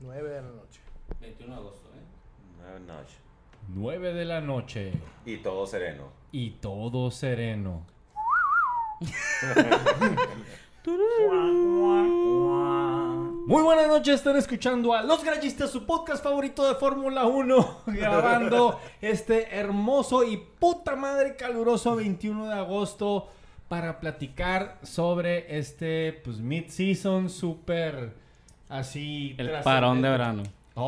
9 de la noche. 21 de agosto, ¿eh? Buenas noches. 9 de la noche Y todo sereno. y todo sereno. Muy buenas noches, están escuchando a Los Gallistas, su podcast favorito de Fórmula 1, grabando este hermoso y puta madre caluroso 21 de agosto para platicar sobre este pues mid-season súper así El parón trascendente. de verano.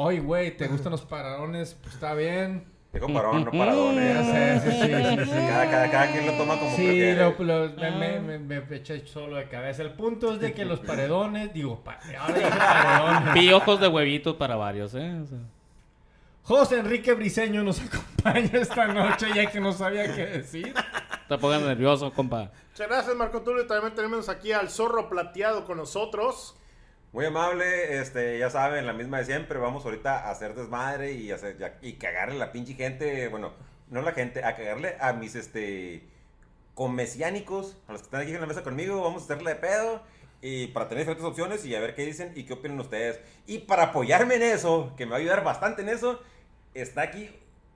Ay, güey, ¿te gustan los pararones? Pues está bien. Dijo parón, no paradones. Ya sé, sí, sí, sí, sí. Cada, cada, cada quien lo toma como Sí, prefiere. lo, lo- Ah. me, me, me- me eché solo de cabeza. El punto es de que los paredones, digo, pa- ahora dije paredones. Vi ojos de huevito para varios, ¿eh? O sea, José Enrique Briseño nos acompaña esta noche, ya que no sabía qué decir. te pongas nervioso, compa. Muchas gracias, Marco Tulio. También tenemos aquí al zorro plateado con nosotros. Muy amable, este, ya saben, la misma de siempre. Vamos ahorita a hacer desmadre y, hacer, y cagarle a la pinche gente. Bueno, no a la gente, a cagarle a mis este comesiánicos, a los que están aquí en la mesa conmigo. Vamos a hacerle de pedo. Y para tener diferentes opciones y a ver qué dicen y qué opinan ustedes. Y para apoyarme en eso, que me va a ayudar bastante en eso, está aquí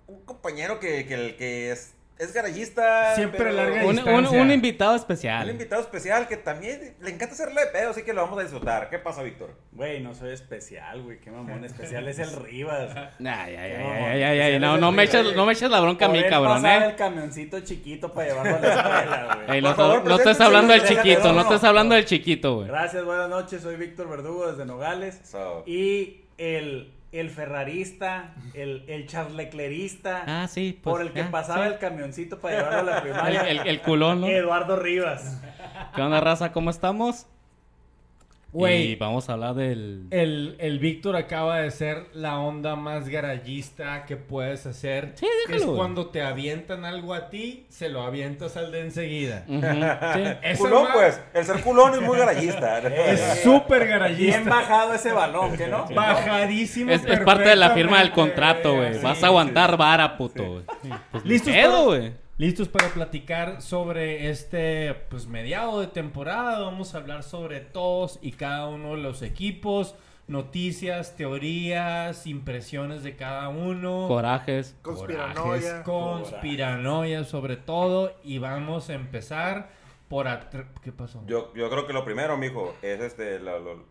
un compañero que, que, el que es, es garallista. Siempre larga Un, un- distancia. un invitado Un especial. invitado especial que también le encanta hacerle de pedo, así que lo vamos a disfrutar. ¿Qué pasa, Víctor? Güey, no soy especial, güey. Qué mamón especial es el Rivas. Ay, ay, ay, No, ay, ay, ay, No, especial no es me el- eches, no me eches la bronca a mí, Por él cabrón, pasaba ¿eh? el camioncito chiquito para llevarlo a la escuela, güey. Ey, no, Por favor, no estés preséntese, hablando del déjate, chiquito, no, no no. estés hablando del chiquito, güey. Gracias, buenas noches. Soy Víctor Verdugo desde Nogales. So- Y el, el ferrarista, el, el charleclerista, Ah, sí, pues. por el que ah, pasaba sí. el camioncito para llevarlo a la primaria. El- el- el culón, ¿no? Eduardo Rivas. ¿Qué onda, raza? ¿Cómo estamos? Güey. Y vamos a hablar del. El, el Víctor acaba de ser la onda más garallista que puedes hacer. Sí, déjalo, Es güey. cuando te avientan algo a ti, se lo avientas al de enseguida. Ujú, sí. Esa culón, ma- pues. El ser culón es muy garallista. Es súper garallista. Bien bajado ese balón, ¿qué no? Bajadísimo. Es, es parte de la firma del perfectamente. contrato, güey. Vas Sí, a aguantar vara, puto, güey. Pues, ni ¿Listos pedo, para- güey. Listos para platicar sobre este pues mediado de temporada. Vamos a hablar sobre todos y cada uno de los equipos, noticias, teorías, impresiones de cada uno. Corajes. Corajes, Conspiranoia. conspiranoia sobre todo. Y vamos a empezar por atr- ¿Qué pasó? Yo, yo creo que lo primero, mijo, es este, lo- lo-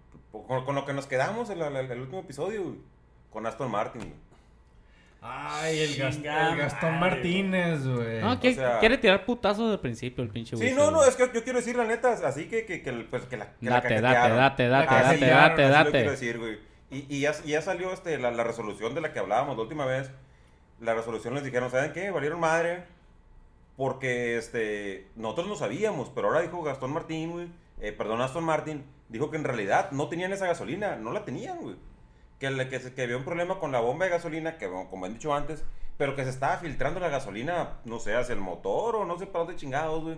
con, con lo que nos quedamos en la- la- el último episodio, güey, con Aston Martin. güey. Ay, el, Gast- Chingada el Gastón madre, Martínez, güey. No, que- O sea- quiere tirar putazos del principio el pinche Sí, Wisin, no, no, güey. es que yo quiero decir la neta, así que, que, que, el- pues, que la que la Date, date, cajetearon. Ah, date, La date, date, cajetearon, date, así lo date. quiero decir, güey. Y, y ya, y ya salió este, la, la resolución de la que hablábamos la última vez. La resolución les dijeron, ¿saben qué? Valieron madre. Porque este, nosotros no sabíamos, pero ahora dijo Gastón Martín, güey. eh, perdón, Aston Martin. Dijo que en realidad no tenían esa gasolina, no la tenían, güey. Que, le- que, se- que había un problema con la bomba de gasolina, que como han dicho antes, pero que se estaba filtrando la gasolina, no sé, hacia el motor o no sé para dónde chingados, güey.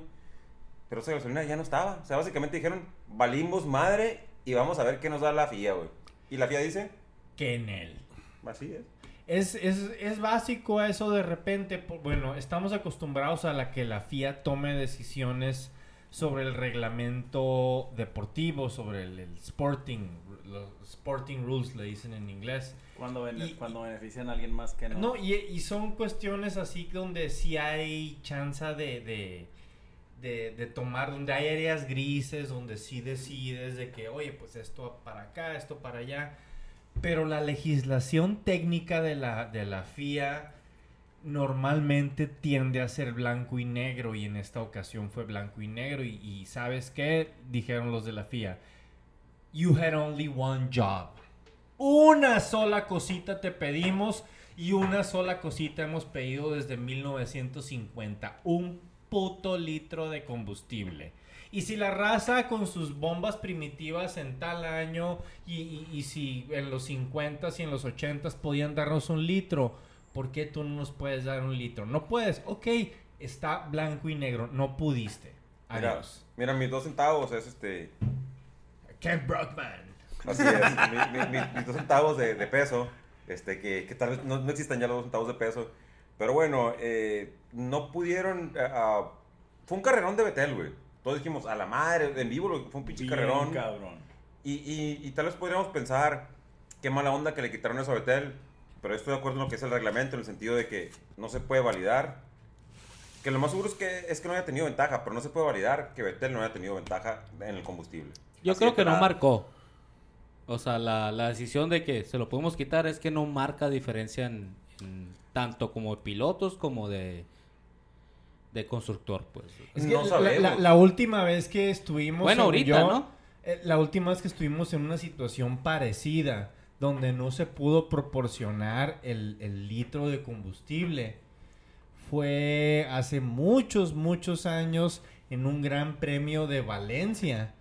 Pero esa gasolina ya no estaba. O sea, básicamente dijeron, valimos madre y vamos a ver qué nos da la FIA, güey. Y la FIA dice, Que en él. así es. Es, es, es básico eso de repente. po- Bueno, estamos acostumbrados a la que la FIA tome decisiones sobre el reglamento deportivo, sobre el, el sporting, los sporting rules le dicen en inglés. Cuando, bene- Y- cuando benefician a alguien más que no. No, y, y son cuestiones así donde sí hay chance de, de, de- de tomar, donde hay áreas grises, donde sí decides de que, oye, pues esto para acá, esto para allá. Pero la legislación técnica de la, de la FIA normalmente tiende a ser blanco y negro y en esta ocasión fue blanco y negro y, y ¿sabes qué? Dijeron los de la FIA. You had only one job. Una sola cosita te pedimos y una sola cosita hemos pedido desde 1950. Un puto litro de combustible. Y si la raza con sus bombas primitivas en tal año y, y- y si en los 50s y en los 80s podían darnos un litro, ¿por qué tú no nos puedes dar un litro? No puedes. Ok, está blanco y negro. No pudiste. Mira, Adiós. mira, mis dos centavos es este... Ken Brockman. Así es, mi- mi- mi- mis dos centavos de, de peso, este, que, que tal vez no, no existan ya los dos centavos de peso. Pero bueno, eh, no pudieron... ah, ah, fue un carrerón de Betel, güey. Todos dijimos, a la madre, en vivo, lo- fue un pinche Bien, carrerón. cabrón. Y, y- y tal vez podríamos pensar, qué mala onda que le quitaron eso a Betel, pero estoy de acuerdo en lo que es el reglamento, en el sentido de que no se puede validar. Que lo más seguro es que, es que no haya tenido ventaja, pero no se puede validar que Betel no haya tenido ventaja en el combustible. Yo Así creo de que no pelada. marcó. O sea, la, la decisión de que se lo podemos quitar es que no marca diferencia en, en tanto como de pilotos como de, de constructor, pues. Es que No la- sabemos. La, la última vez que estuvimos. Bueno, según ahorita, ¿no? eh, La última vez que estuvimos en una situación parecida, donde no se pudo proporcionar el, el litro de combustible, fue hace muchos, muchos años en un gran premio de Valencia,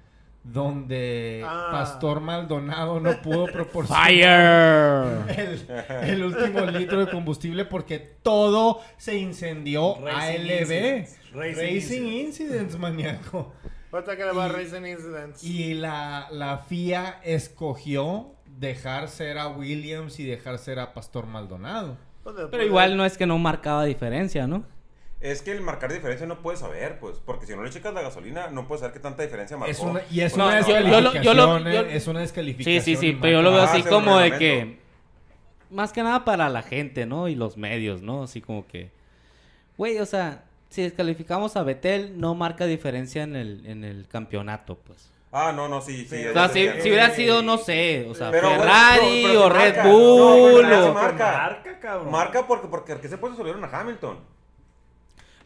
donde Ah. Pastor Maldonado no pudo proporcionar Fire. el, el último litro de combustible porque todo se incendió Racing ALB. Incidents. Racing, Racing Incidents, Incidents. maníaco. Ahorita que le va Y- Racing Incidents. Y la, la FIA escogió dejar ser a Williams y dejar ser a Pastor Maldonado. Pues Pero igual no es que no marcaba diferencia, ¿no? Es que el marcar diferencia no puedes saber, pues, porque si no le checas la gasolina, no puedes saber qué tanta diferencia marcó. Es una, y es No, una yo- yo lo- descalificación. yo lo- yo- eh, es una Sí, descalificación. sí, sí, y pero yo lo veo Ah, así según como de que... reglamento. Más que nada para la gente, ¿no? Y los medios, ¿no? Así como que... Güey, o sea, si descalificamos a Betel, no marca diferencia en el, en el campeonato, pues. Ah, no, no, sí, sí. Sí. ya- O sea, ya- si, ya- si hubiera sido, no sé, o sea, Pero, bueno, Ferrari pero- pero o sí Red marca. No, Bull pero sí o- marca. Marca, cabrón. Marca porque, porque ¿qué se puede subieron a Hamilton.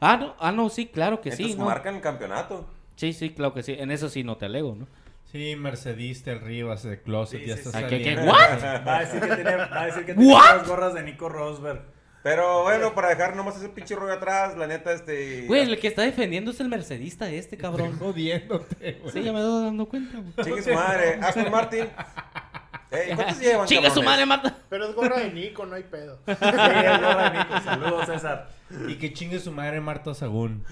Ah, no, ah, no, sí, claro que Entonces sí, ¿no? marcan el campeonato. Sí, sí, claro que sí. En eso sí no te alego, ¿no? Sí, Merceediste, el Rivas, el Closet, Sí, ya sí, está sí. Ah, ¿qué- qué? saliendo. Va a decir que tiene, va a decir que tiene What? las gorras de Nico Rosberg. Pero bueno, para dejar nomás ese pinche rollo atrás, la neta, este. Güey, el que está defendiendo es el mercedista este, Estoy cabrón. jodiéndote, güey. Sí, ya me estoy dando cuenta, güey. Chingue su madre. Aston Martin. Ey, ¿Cuántos llevan? Chinga su cabrones? madre, Marta. Pero es gorra de Nico, no hay pedo. Sí, es gorra de Nico. Saludos, César. Y que chingue su madre Marta Sagún.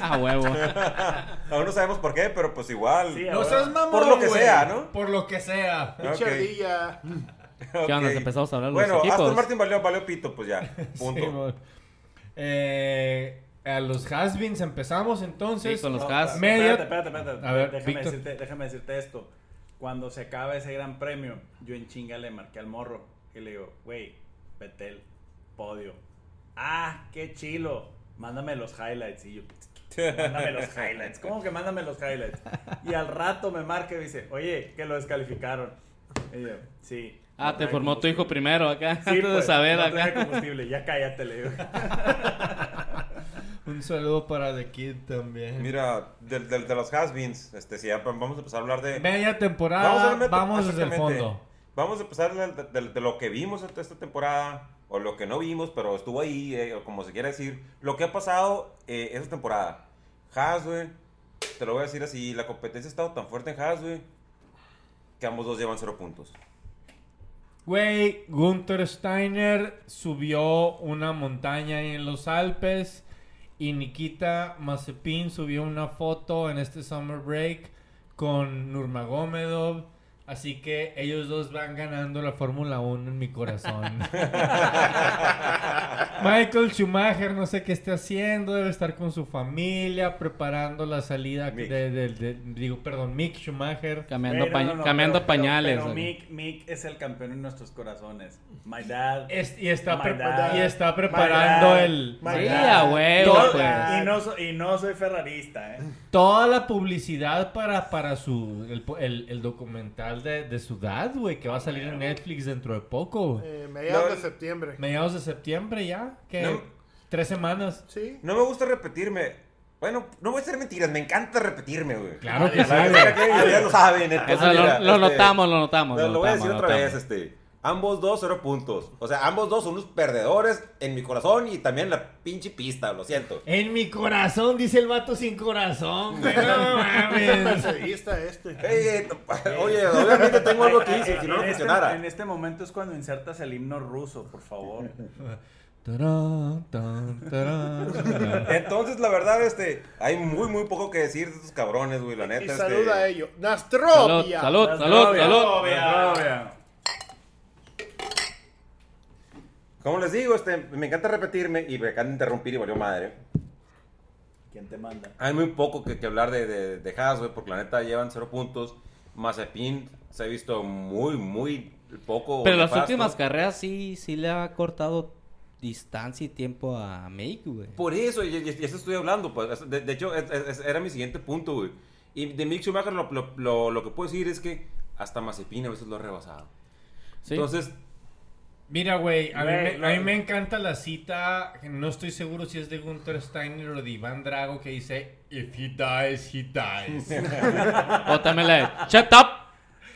Ah, huevo. Aún no sabemos por qué, pero pues igual. Sí, No seas mamón, Por lo que güey. sea, ¿no? Por lo que sea. Pinche Ok. ardilla. Ok. ¿Qué onda? Empezamos a hablar de los Bueno, Aston equipos. Martin valió, valió pito, pues ya. Sí, Punto. mon. Eh, a los Hasbins empezamos entonces. Sí, con los No, Pues, Haas. Medio- Espérate, espérate, espérate. A ver, déjame, Víctor. decirte, déjame decirte esto. Cuando se acaba ese gran premio, yo en chinga le marqué al morro y le digo, güey, Betel, podio. Ah, qué chilo. Mándame los highlights. Y yo, mándame los highlights. ¿Cómo que mándame los highlights? Y al rato me marca y me dice, oye, que lo descalificaron. Y yo, sí. Ah, no te trae formó tu hijo combustible". primero acá, Sí, antes de pues, saber no trae acá. combustible. Ya cállate, le digo. Un saludo para The Kid también. Mira, del- del- de, los Hasbins, este, si ya vamos a empezar a hablar de. Media a temporada, hablar de- vamos, desde el exactamente. fondo. Vamos a empezar de, de- de lo que vimos esta esta temporada, o lo que no vimos, pero estuvo ahí, eh, o como se quiera decir, lo que ha pasado eh, esta temporada. Haas, güey, te lo voy a decir así, la competencia ha estado tan fuerte en Haas, güey, que ambos dos llevan cero puntos. Güey, Gunther Steiner subió una montaña ahí en los Alpes y Nikita Mazepin subió una foto en este summer break con Nurmagomedov. Así que ellos dos van ganando la Fórmula 1 en mi corazón. Michael Schumacher no sé qué esté haciendo, debe estar con su familia preparando la salida Mick. de- de- de- digo, perdón, Mick Schumacher. Cambiando, Pero, pa- no, no, cambiando pero- pero- pañales. Pero, acá. Mick, Mick es el campeón en nuestros corazones. My dad. Es- y, está My prepa- dad. y está preparando My dad. el... My Sí, dad. a huevo, Todo- pues. Y no, so- y no soy ferrarista, ¿eh? Toda la publicidad para, para su el, po- el- el documental de, de su dad, güey, que va a salir en Netflix dentro de poco. güey. Eh, mediados No, de septiembre. Mediados de septiembre ya, que No. tres semanas. Sí. No me gusta repetirme. Bueno, no voy a hacer mentiras, me encanta repetirme, güey. Claro que La sí, verdad güey. que ya lo saben. entonces, Eso lo, mira, lo este, notamos, lo notamos. Lo, lo voy a decir notamos, otra vez, notamos. este. Ambos dos, cero puntos. O sea, ambos dos son unos perdedores en mi corazón y también en la pinche pista, lo siento. En mi corazón, dice el vato sin corazón, güey. No Es el mames. mercedista este. Ey, ey, t- oye, obviamente tengo algo que hice, si no no En este- En funcionara. este momento es cuando insertas el himno ruso, por favor. Tarán, tan, tarán, tarán. Entonces, la verdad, este, hay muy, muy poco que decir de estos cabrones, güey, la neta. Y este, saluda a ellos. Salud, Nastrovia. salud, Las salud, novias, salud. las novias. Como les digo, este, me encanta repetirme y me encanta interrumpir y valió madre. ¿Quién te manda? Hay muy poco que, que hablar de, de, de Haas, güey, porque la neta llevan cero puntos. Mazepin se ha visto muy, muy el poco. Pero las nefasto. últimas carreras sí, sí le ha cortado distancia y tiempo a Make, güey. Por eso, y, y- y eso estoy hablando. Pues. De, de hecho, es- es- era mi siguiente punto, güey. Y de Mick Schumacher lo, lo- lo- lo que puedo decir es que hasta Mazepin a veces lo ha rebasado. Sí. Entonces, Mira, güey, a, mí Güey, me- a mí lo- me encanta la cita, no estoy seguro si es de Gunther Steiner o de Iván Drago, que dice, If he dies, he dies. O también la de, shut up,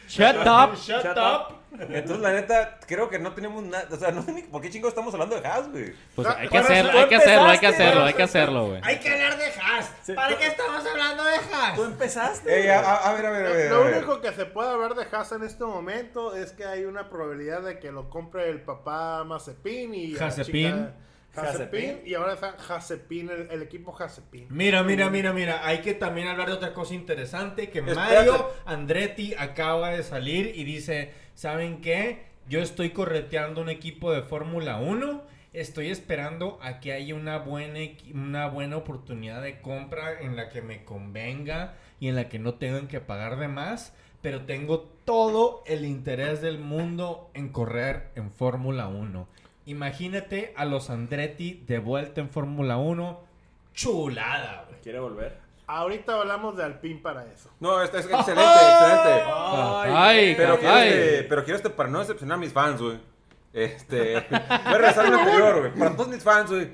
shut up. Shut Shut up. entonces la neta, creo que no tenemos nada. O sea, no sé ni por qué chingados estamos hablando de Haas, güey. Pues hay que Para eso hacerlo, tú hay que hacerlo, hay que empezaste, hacerlo, güey. hay que hacerlo, güey. Hay que hablar de Haas. Sí, ¿Para tú- qué estamos hablando de Haas? Tú empezaste. Ey, ah, güey. a, a- a ver, a ver, a ver. Lo a ver. único que se puede hablar de Haas en este momento es que hay una probabilidad de que lo compre el papá Mazepin y la Hasepin. chica Hasepin. Hasepin. Y ahora está Hasepin, el, el equipo Hasepin. Mira, mira, mira, mira, hay que también hablar de otra cosa interesante, que Espérate. Mario Andretti acaba de salir y dice, ¿saben qué? Yo estoy correteando un equipo de Fórmula 1, estoy esperando a que haya una buena, equi- una buena oportunidad de compra en la que me convenga y en la que no tengan que pagar de más, pero tengo todo el interés del mundo en correr en Fórmula 1. Imagínate a los Andretti de vuelta en Fórmula 1. Chulada, güey. ¿Quiere volver? Ahorita hablamos de Alpin para eso. No, es, es excelente, excelente. Ay, Pero quiero, Ay. este, pero quiero este, para no decepcionar a mis fans, güey. Este, voy a regresar a lo anterior, güey. Para todos mis fans, güey.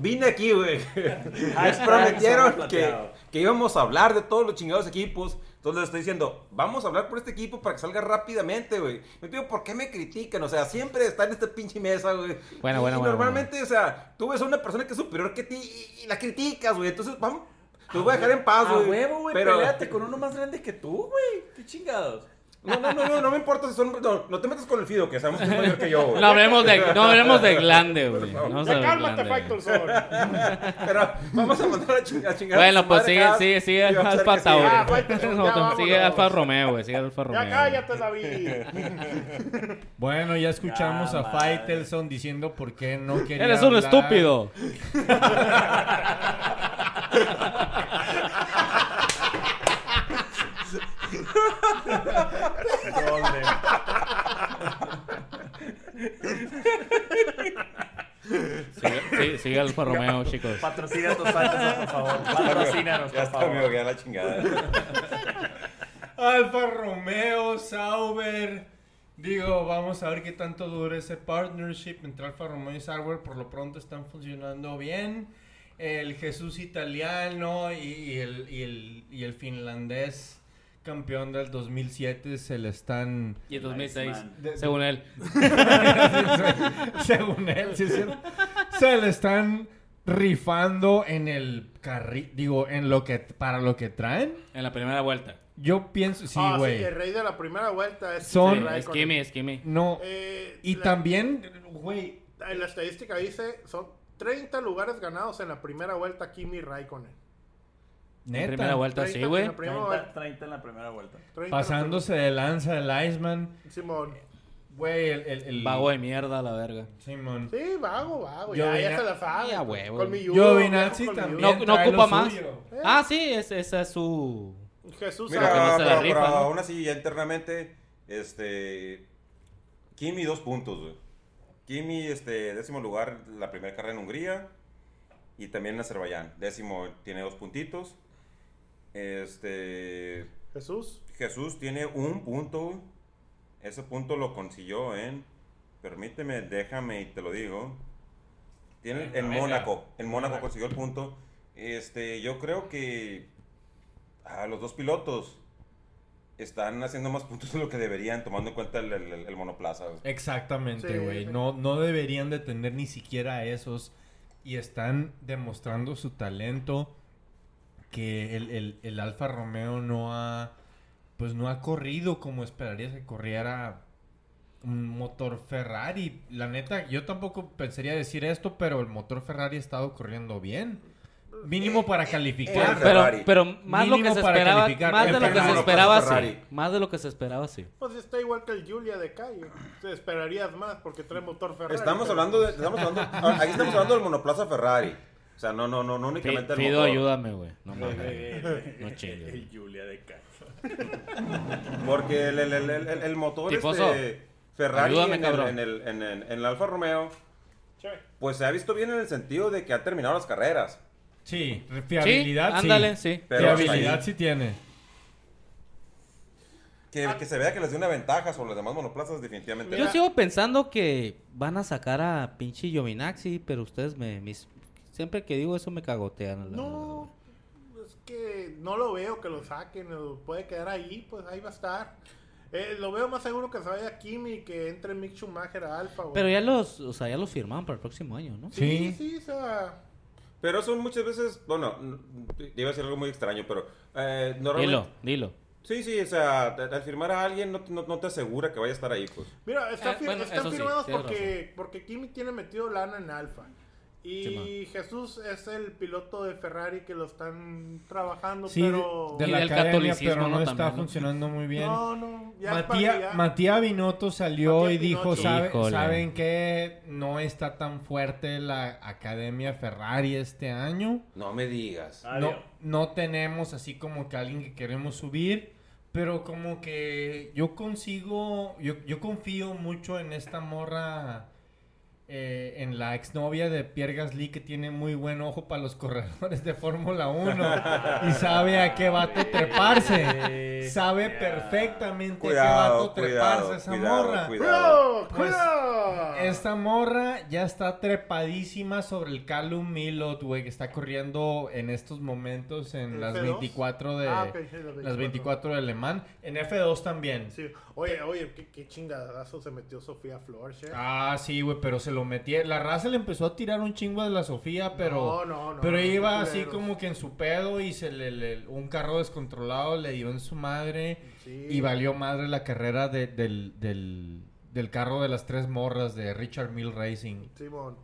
Vine aquí, güey. Les prometieron Zorro que, plateado. que íbamos a hablar de todos los chingados equipos. Entonces les estoy diciendo, vamos a hablar por este equipo para que salga rápidamente, güey. Me digo, ¿por qué me critican? O sea, siempre está en esta pinche mesa, güey. Bueno, y, bueno, y bueno, Normalmente, o sea, tú ves a una persona que es superior que ti y, y la criticas, güey. Entonces, vamos. Los voy a dejar en paz, A Ah, güey. huevo, güey. Pero- Peleate con uno más grande que tú, güey. Qué chingados. no, no, no, no, no me importa si son. No, no te metas con el Fido, que sabemos que es mayor que yo, güey. No hablemos de, no hablemos de glande, güey. favor. No vamos a ya hablar de cálmate, glande, güey. Factorson. Pero vamos a mandar a, ching- a chingar. a Bueno, su pues madre sigue, acá, sigue, sigue y vamos a ver Alfa qué sigue. Ah, Tauri. falta- ya, No, vámonos. Sigue Alfa Romeo, güey, sigue Alfa Romeo. ya cállate, David. Bueno, ya escuchamos Ya, a madre. Faitelson diciendo por qué no quería Eres un hablar. estúpido. Golden. Sigue, sí, sigue Alfa Romeo, chicos. Patrocina tus faltas, por favor. Patrocínanos, Ya por está, me favor. voy a la chingada. Alfa Romeo, Sauber. Digo, vamos a ver qué tanto dura ese partnership entre Alfa Romeo y Sauber. Por lo pronto están funcionando bien. El Jesús italiano y, y el, y el- y el finlandés campeón del 2007 se le están... Y en 2006, de- según él. Según él, sí es cierto. Se le están rifando en el carri... Digo, en lo que... Para lo que traen. En la primera vuelta. Yo pienso... Sí, Ah, güey. el rey de la primera vuelta es Son- Sí, Ray es con- Kimi, es Kimi. No. Eh, Y la- también, güey, En la estadística dice, son 30 lugares ganados en la primera vuelta Kimi Raikkonen. En neta, primera vuelta, 30 sí, güey. en la primera 30, vuelta. 30 en la primera vuelta. 30 en la pasándose de lanza el Iceman, primera- Simón. güey, el... el, el- Vago de mierda, la verga. Simón. Sí, vago, vago. Yo ya, vi ya na- se la sabe. Ya, huevo. Colmilludo, Giovinazzi viejo colmilludo. No, Bien, no trae ocupa lo más. suyo. Ah, sí, es, esa es su. Jesús Mira, que sabe. no se la pero, rifa, pero ¿no? aún así, ya internamente, este. Kimi, dos puntos, güey. Kimi, este, décimo lugar, la primera carrera en Hungría. Y también en Azerbaiyán. Décimo tiene dos puntitos. Este. Jesús. Jesús tiene un punto. Ese punto lo consiguió en. Permíteme, déjame y te lo digo. Tiene en Venga. Mónaco. En Mónaco consiguió el punto. Este, yo creo que. A los dos pilotos. Están haciendo más puntos de lo que deberían, tomando en cuenta el, el- el monoplaza. güey. Exactamente, Sí, güey. güey. No, no deberían de tener ni siquiera a esos. Y están demostrando su talento. Que el, el- el Alfa Romeo no ha. Pues no ha corrido como esperarías que corriera un motor Ferrari. La neta, yo tampoco pensaría decir esto, pero el motor Ferrari ha estado corriendo bien. Mínimo para calificar. eh, Pero, Ferrari. pero más lo Mínimo que se para esperaba, calificar. más El de lo que se Ferrari. esperaba, Ferrari. sí. Más de lo que se esperaba, sí. Pues está igual que el Julia de calle. Te esperarías más porque trae motor Ferrari. Estamos pero- hablando de. Estamos hablando, ah, aquí estamos hablando del monoplaza Ferrari. O sea, no, no, no, no Pi- únicamente el Pido motor. ayúdame, güey. No Güey, mames. güey, güey. No chingues. El Julia de Cacho. Porque el, el- el- el- el- el motor Tifoso. este, Ferrari Ayúdame, en, el, cabrón. en el- en- en- en el Alfa Romeo, Chévere. pues se ha visto bien en el sentido de que ha terminado las carreras. Sí, Sí, fiabilidad. Sí, ándale, sí. Pero hasta fiabilidad ahí. sí tiene. Que, que se vea que les dio una ventaja sobre las demás monoplazas, definitivamente. Yo no. sigo pensando que van a sacar a pinche Yominaxi, pero ustedes me... Mis... Siempre que digo eso me cagotean. la No, es que no lo veo que lo saquen, o puede quedar ahí, pues ahí va a estar. Eh, lo veo más seguro que se vaya Kimi que entre Mick Schumacher a Alfa. güey. Pero ya los, o sea, ya los firmaron para el próximo año, ¿no? Sí, Sí. sí, o sea, Pero son muchas veces, bueno, n- iba a decir algo muy extraño, pero eh, normalmente... Dilo, dilo. Sí, sí, o sea, te- al firmar a alguien no, no- no te asegura que vaya a estar ahí, pues. Mira, está Ah, fir- bueno, están eso sí, firmados tienes porque, porque Kimi tiene metido lana en Alfa. Y Simón. Jesús es el piloto de Ferrari que lo están trabajando, Sí, pero... de Y la del academia, catolicismo, pero no, ¿no? está También, ¿no? funcionando muy bien. No, no, ya es para Matías allá. Matías Binotto salió Matías y dijo, Binotto. "Sabe- Híjole. ¿saben qué? No está tan fuerte la Academia Ferrari este año. No me digas. No, no tenemos así como que alguien que queremos subir, pero como que yo consigo, yo, yo confío mucho en esta morra, eh, en la exnovia de Pierre Gasly que tiene muy buen ojo para los corredores de Fórmula 1 y sabe a qué vato Eh, treparse. Sabe perfectamente Cuidado, a qué vato treparse cuidado, esa cuidado, morra. ¡Cuidado, cuidado. Pues, cuidado! Esta morra ya está trepadísima sobre el Calum Milot, güey, que está corriendo en estos momentos en ¿En las F2? 24 de Ah, ok, sí, las las 24 de Le Mans, en F2 también. Sí. Oye, oye, qué, qué chingadazo se metió Sofía Flores, eh. Ah, sí, güey, pero se lo metía. La raza le empezó a tirar un chingo de la Sofía, No, pero no, no, pero no, iba qué así culeros. como que en su pedo y se le, le- un carro descontrolado le dio en su madre Sí. y valió madre la carrera de- del, del- del carro de las tres morras de Richard Mill Racing. Simón.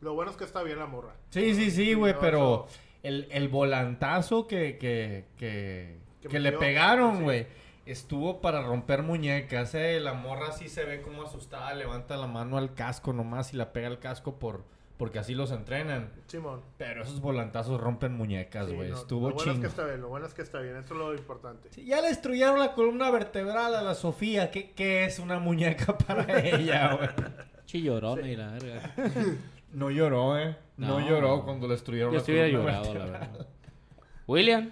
Lo bueno es que está bien la morra. Sí, sí, sí, güey, No, pero el, el volantazo que, que, que, Que que le metió, pegaron, sí. güey, estuvo para romper muñecas, eh. La morra sí se ve como asustada, levanta la mano al casco nomás y la pega al casco por, porque así los entrenan. Simón. Pero esos volantazos rompen muñecas, Sí, güey, no, estuvo lo bueno es chingo. que está bien, lo bueno es que está bien, eso es lo importante. Sí, ya le destruyeron la columna vertebral a la Sofía. ¿Qué, qué es una muñeca para ella, güey? Chillorona y la verga. No lloró, eh. No, No. lloró cuando le destruyeron Yo la estuviera columna llorado, la vertebral. verdad. William.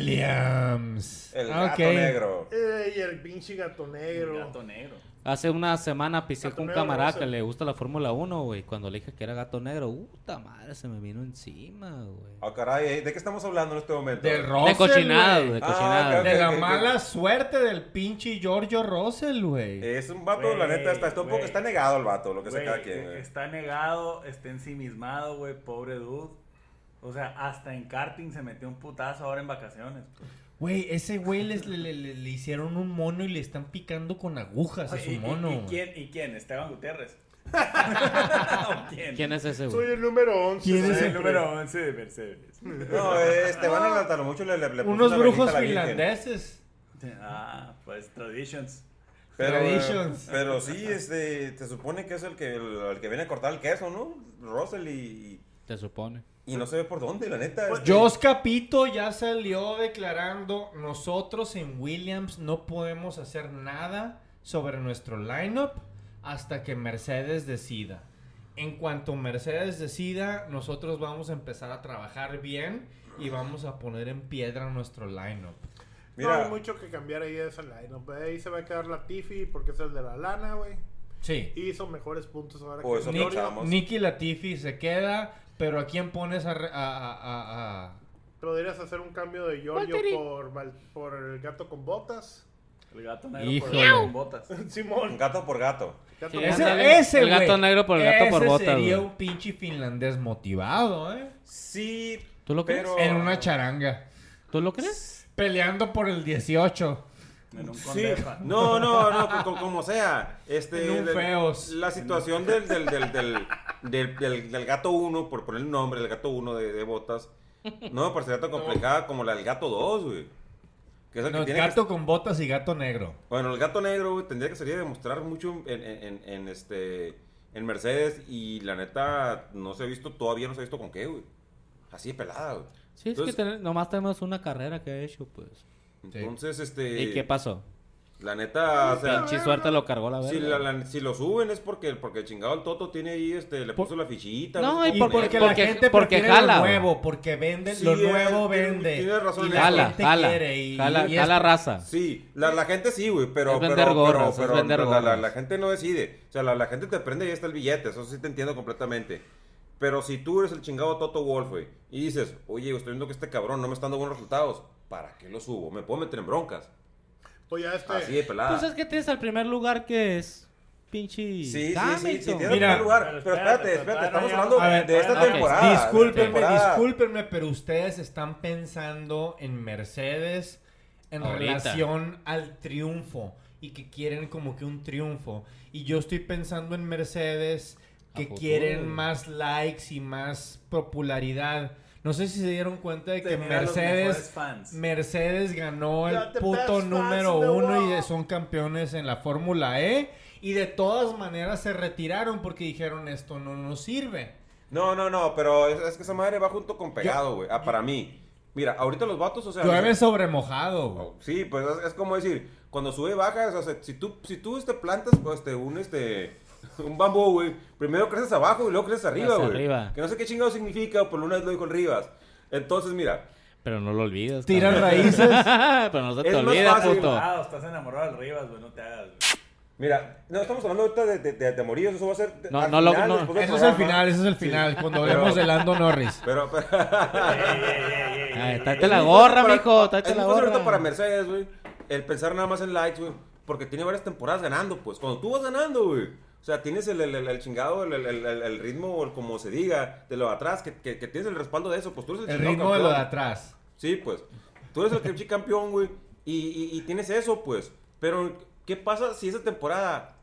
Williams. El Ah, gato ok. negro. Ey, Eh, el pinche gato negro. Gato negro. Hace una semana pisé Gato con un negro, camarada ese. que le gusta la Fórmula 1, güey. Cuando le dije que era gato negro, puta madre, se me vino encima, güey. Ah, caray, ¿eh? ¿de qué estamos hablando en este momento? De De Russell, cochinada, güey. de Ah, cochinada. claro. De la Ok, ok, ok. mala suerte del pinche Giorgio Russell, güey. Es un vato, la Güey, neta, está, está un poco, güey. está negado el vato, lo que se Güey, cada quien. eh, güey. está negado, está ensimismado, güey, pobre dude. O sea, hasta en karting se metió un putazo ahora en vacaciones. pues. Güey, ese güey les- le, le- le- le hicieron un mono y le están picando con agujas a Oye, su ¿y- y- mono. ¿Y, güey. quién? ¿Y quién? ¿Esteban Gutiérrez? ¿O quién? ¿Quién es ese, Soy güey? el número 11. ¿Quién Es es el número 11 de Mercedes. No, eh, Esteban en Altano mucho le, le, le puso Unos una brujos velita a la Virgen. finlandeses. eh. Ah, pues Traditions. Pero, eh, Traditions. pero sí, este, se supone que es el que, el, el que viene a cortar el queso, ¿no? Russell y, Te supone. y, y no se ve por dónde, la neta. este, Jos Capito ya salió declarando, nosotros en Williams no podemos hacer nada sobre nuestro lineup hasta que Mercedes decida. En cuanto Mercedes decida, nosotros vamos a empezar a trabajar bien y vamos a poner en piedra nuestro lineup. Mira, No hay mucho que cambiar ahí de esa line. Ahí se va a quedar la Tiffy porque es el de la lana, güey. Sí. Hizo mejores puntos ahora O eso que Nick- Gloria. pensamos. Nicky Latifi se queda, pero ¿a quién pones a... re- a- a- a- a- Podrías hacer un cambio de Giorgio por, Val- por el gato con botas. El gato negro Híjole. por con botas. Simón. gato por gato. Gato Sí, con ese- botas. Ándale, el güey, gato negro por el gato por ese botas, Sería güey. un pinche finlandés motivado, ¿eh? Sí, ¿Tú lo crees? pero... En una charanga. ¿Tú lo crees? Peleando por el 18. En un Sí, condeja. no, no, no, co- co- como, sea. Este, En un la- feos. La situación del, del, del, del, del, del- del gato 1, por poner el nombre, el gato 1 de, de botas, no me parecería tan complicada como la del gato 2, güey. Que es el que No, tiene que- gato con botas y gato negro. Bueno, el gato negro güey, tendría que salir a demostrar mucho en, en- en- en este, en Mercedes y la neta no se ha visto, todavía no se ha visto con qué, güey. Así de pelada, güey. Sí, es Entonces- que ten- nomás tenemos una carrera que ha hecho, pues. Sí. Entonces, este... ¿Y qué pasó? La neta, o sea, Pinche suerte lo cargó la verga. si, la- la- si lo suben es porque, porque el chingado el Toto tiene ahí, este, le puso la fichita. No, sé y cómo por- le- porque, porque- la porque- gente porque prefiere jala, lo güey. nuevo, porque venden, Sí, lo eh, nuevo tiene- vende. tiene razón ¿eh? y en la eso. jala, gente jala, quiere y- jala, y es- jala raza. Sí, la, la gente sí, güey, pero, Es pero, vender pero, gorras, es pero vender la- la, gorras. la gente no decide. O sea, la, la gente te prende y ahí está el billete, eso sí te entiendo completamente. Pero si tú eres el chingado Toto Wolf, güey, y dices, oye, estoy viendo que este cabrón no me está dando buenos resultados, ¿para qué lo subo? Me puedo meter en broncas. Pues ya este. Así de pelada. Pues es que tienes al primer lugar que es pinche. Ah. Sí, sí, sí, sí, Hamilton. tiene Mira. primer lugar. Pero espérate, espérate, estamos hablando A ver, de esta ok. Ah, temporada. de esta Discúlpenme, temporada. discúlpenme, pero ustedes están pensando en Mercedes en Ahorita. relación al triunfo y que quieren como que un triunfo. Y yo estoy pensando en Mercedes A que futuro, quieren güey. más likes y más popularidad. No sé si se dieron cuenta de que Tener a los mejores Mercedes fans. Mercedes ganó el You're the best puto fans número in the uno y world. de- son campeones en la Fórmula E. Y de todas maneras se retiraron porque dijeron esto no nos sirve. No, no, no, pero es, es que esa madre va junto con pegado, güey. Ah, para mí. Mira, ahorita los vatos, o sea. Llueve sobre mojado. güey. Sí, pues es, es como decir, cuando sube y baja, o sea, si tú, si tú este, plantas pues, este, un, este, un bambú, güey, primero creces abajo y luego creces arriba, Hacia güey. arriba. Que no sé qué chingado significa, por una vez lo dijo el Rivas. Entonces, mira, Pero no lo olvidas. Tiran cabrón. raíces. Pero no se Es te más olvida, fácil, puto. Ah, estás enamorado del Rivas, güey, no te hagas. güey. mira, no estamos hablando ahorita de, de, de, de morillos, eso va a ser. No, al no lo- no. después del Eso es el programa. final, eso es el final. Cuando hablemos Pero- de Lando Norris. Pero, pero. Ey, ey, ey, ey, ey, Ay, ey. tráete la gorra, Para- mijo. Tráete es la muy fácil ahorita gorra. para Mercedes, güey. El pensar nada más en likes, güey. Porque tiene varias temporadas ganando, pues. Cuando tú vas ganando, güey. O sea, tienes el, el- el- el chingado, el, el- el- el- el ritmo, o el como se diga, de lo de atrás, que, que- que tienes el respaldo de eso. Pues tú eres el, El chingado ritmo de lo de campeón. atrás. Sí, pues. Tú eres el pinche campeón, güey. Y, y- y tienes eso, pues. Pero, ¿qué pasa si esa temporada,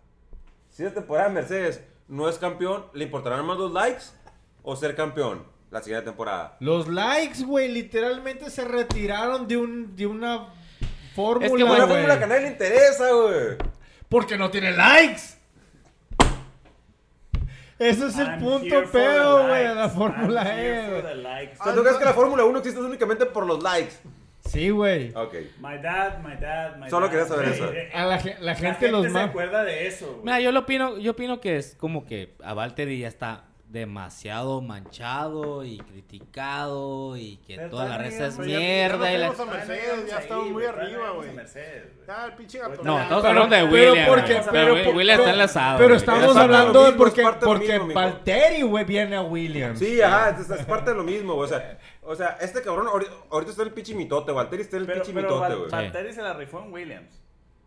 si esa temporada Mercedes no es campeón, le importarán más los likes o ser campeón la siguiente temporada? Los likes, güey, literalmente se retiraron de, un, de una fórmula. Es que, Una bueno, güey, fórmula que a nadie le interesa, güey. Porque no tiene likes. Ese es el I'm here punto for the pedo, güey, de la likes. I'm Fórmula here E. for the güey. likes. O sea, ¿tú crees que la Fórmula 1 existe únicamente por los likes? Sí, güey. Ok. My dad, my dad, my Solo dad. quería saber Ey, eso. ey, A la, ge- la La gente los se más. acuerda de eso, güey. Mira, yo lo opino, yo opino que es como que a Valtteri ya está demasiado manchado y criticado y que Pero toda la todavía, raza es pero ya- ya mierda. nos y la- fuimos a Mercedes, ya estamos muy arriba, güey. Mercedes, güey. Ya, el pinche gato. No, Ya, estamos Pero- hablando de pero William. güey. porque- Pero, pero por- William está pero- enlazado. Pero güey. estamos Exacto, hablando lo de mismo, es porque, parte del porque mismo, mijo. Valtteri, güey, viene a Williams. Sí, ajá, es, es parte de lo mismo, güey. O sea, o sea, este cabrón ahori- ahorita está en el pinche mitote, Valtteri está en el Pero, pinche pero mitote, Val- güey. Valtteri se la rifó en Williams.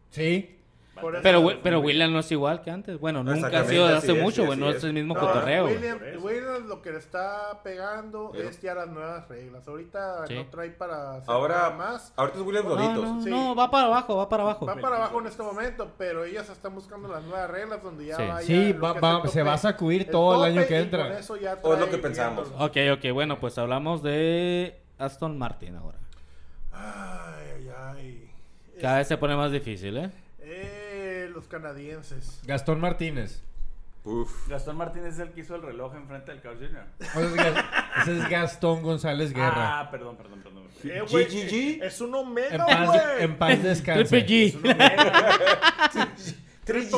Sí. Por eso- Pero, Wi- pero William no es igual que antes. Bueno, nunca ha sido de Exactamente, hace así es, sí, mucho, güey. así No es. es el mismo No, cotorreo. güey. William, por eso. William lo que le está pegando Pero- es ya las nuevas reglas. Ahorita Sí. no trae para hacer Ahora, nada más. ahorita es Williams No, Doritos. no, Sí. no, va para abajo, va para Ah, abajo. Va para abajo en este momento, pero ellas están buscando las nuevas reglas donde ya Sí. vaya Sí, lo va- que es va- el se tope. va a sacudir todo el tope año que y entra. con eso ya O es lo trae que pensamos. viéndolo. Ok, ok, bueno, pues hablamos de Aston Martin ahora. Ay, ay, ay. Cada vez se pone más difícil, ¿eh? Eh, los canadienses. Gastón Martínez. Uf. Gastón Martínez es el que hizo el reloj enfrente del Carl Jr. O sea, es Gas- Ese es Gastón González Guerra. Ah, perdón, perdón, perdón. Eh, güey, GGG. Es un en, omega, paz, güey. en paz descanse. Triple G. Triple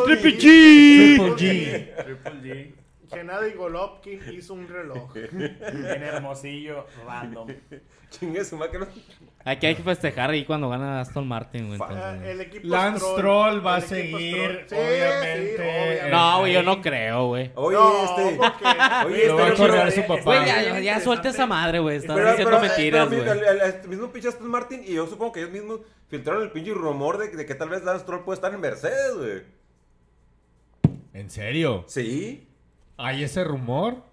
Triple G. Triple G. Triple G. Gennady Golovkin hizo un reloj. En Hermosillo, random. Chingue su madre, que no. Aquí hay que festejar ahí cuando gana Aston Martin, güey. Ah, entonces, güey. el equipo Lance Stroll. Stroll va a El equipo seguir, Stroll. Sí, obviamente. sí, obviamente. No, güey, yo no creo, güey. Oye, No, este. porque- Oye, Lo va a este. correr este- su papá. Güey, ya, ya, bien ya suelta interesante. esa madre, güey. Están Pero, diciendo pero, eh, mentiras, pero, güey. mira, el, el- el mismo pinche Aston Martin y yo supongo que ellos mismos filtraron el pinche rumor de, de que tal vez Lance Troll puede estar en Mercedes, güey. ¿En serio? Sí. ¿Hay ese rumor?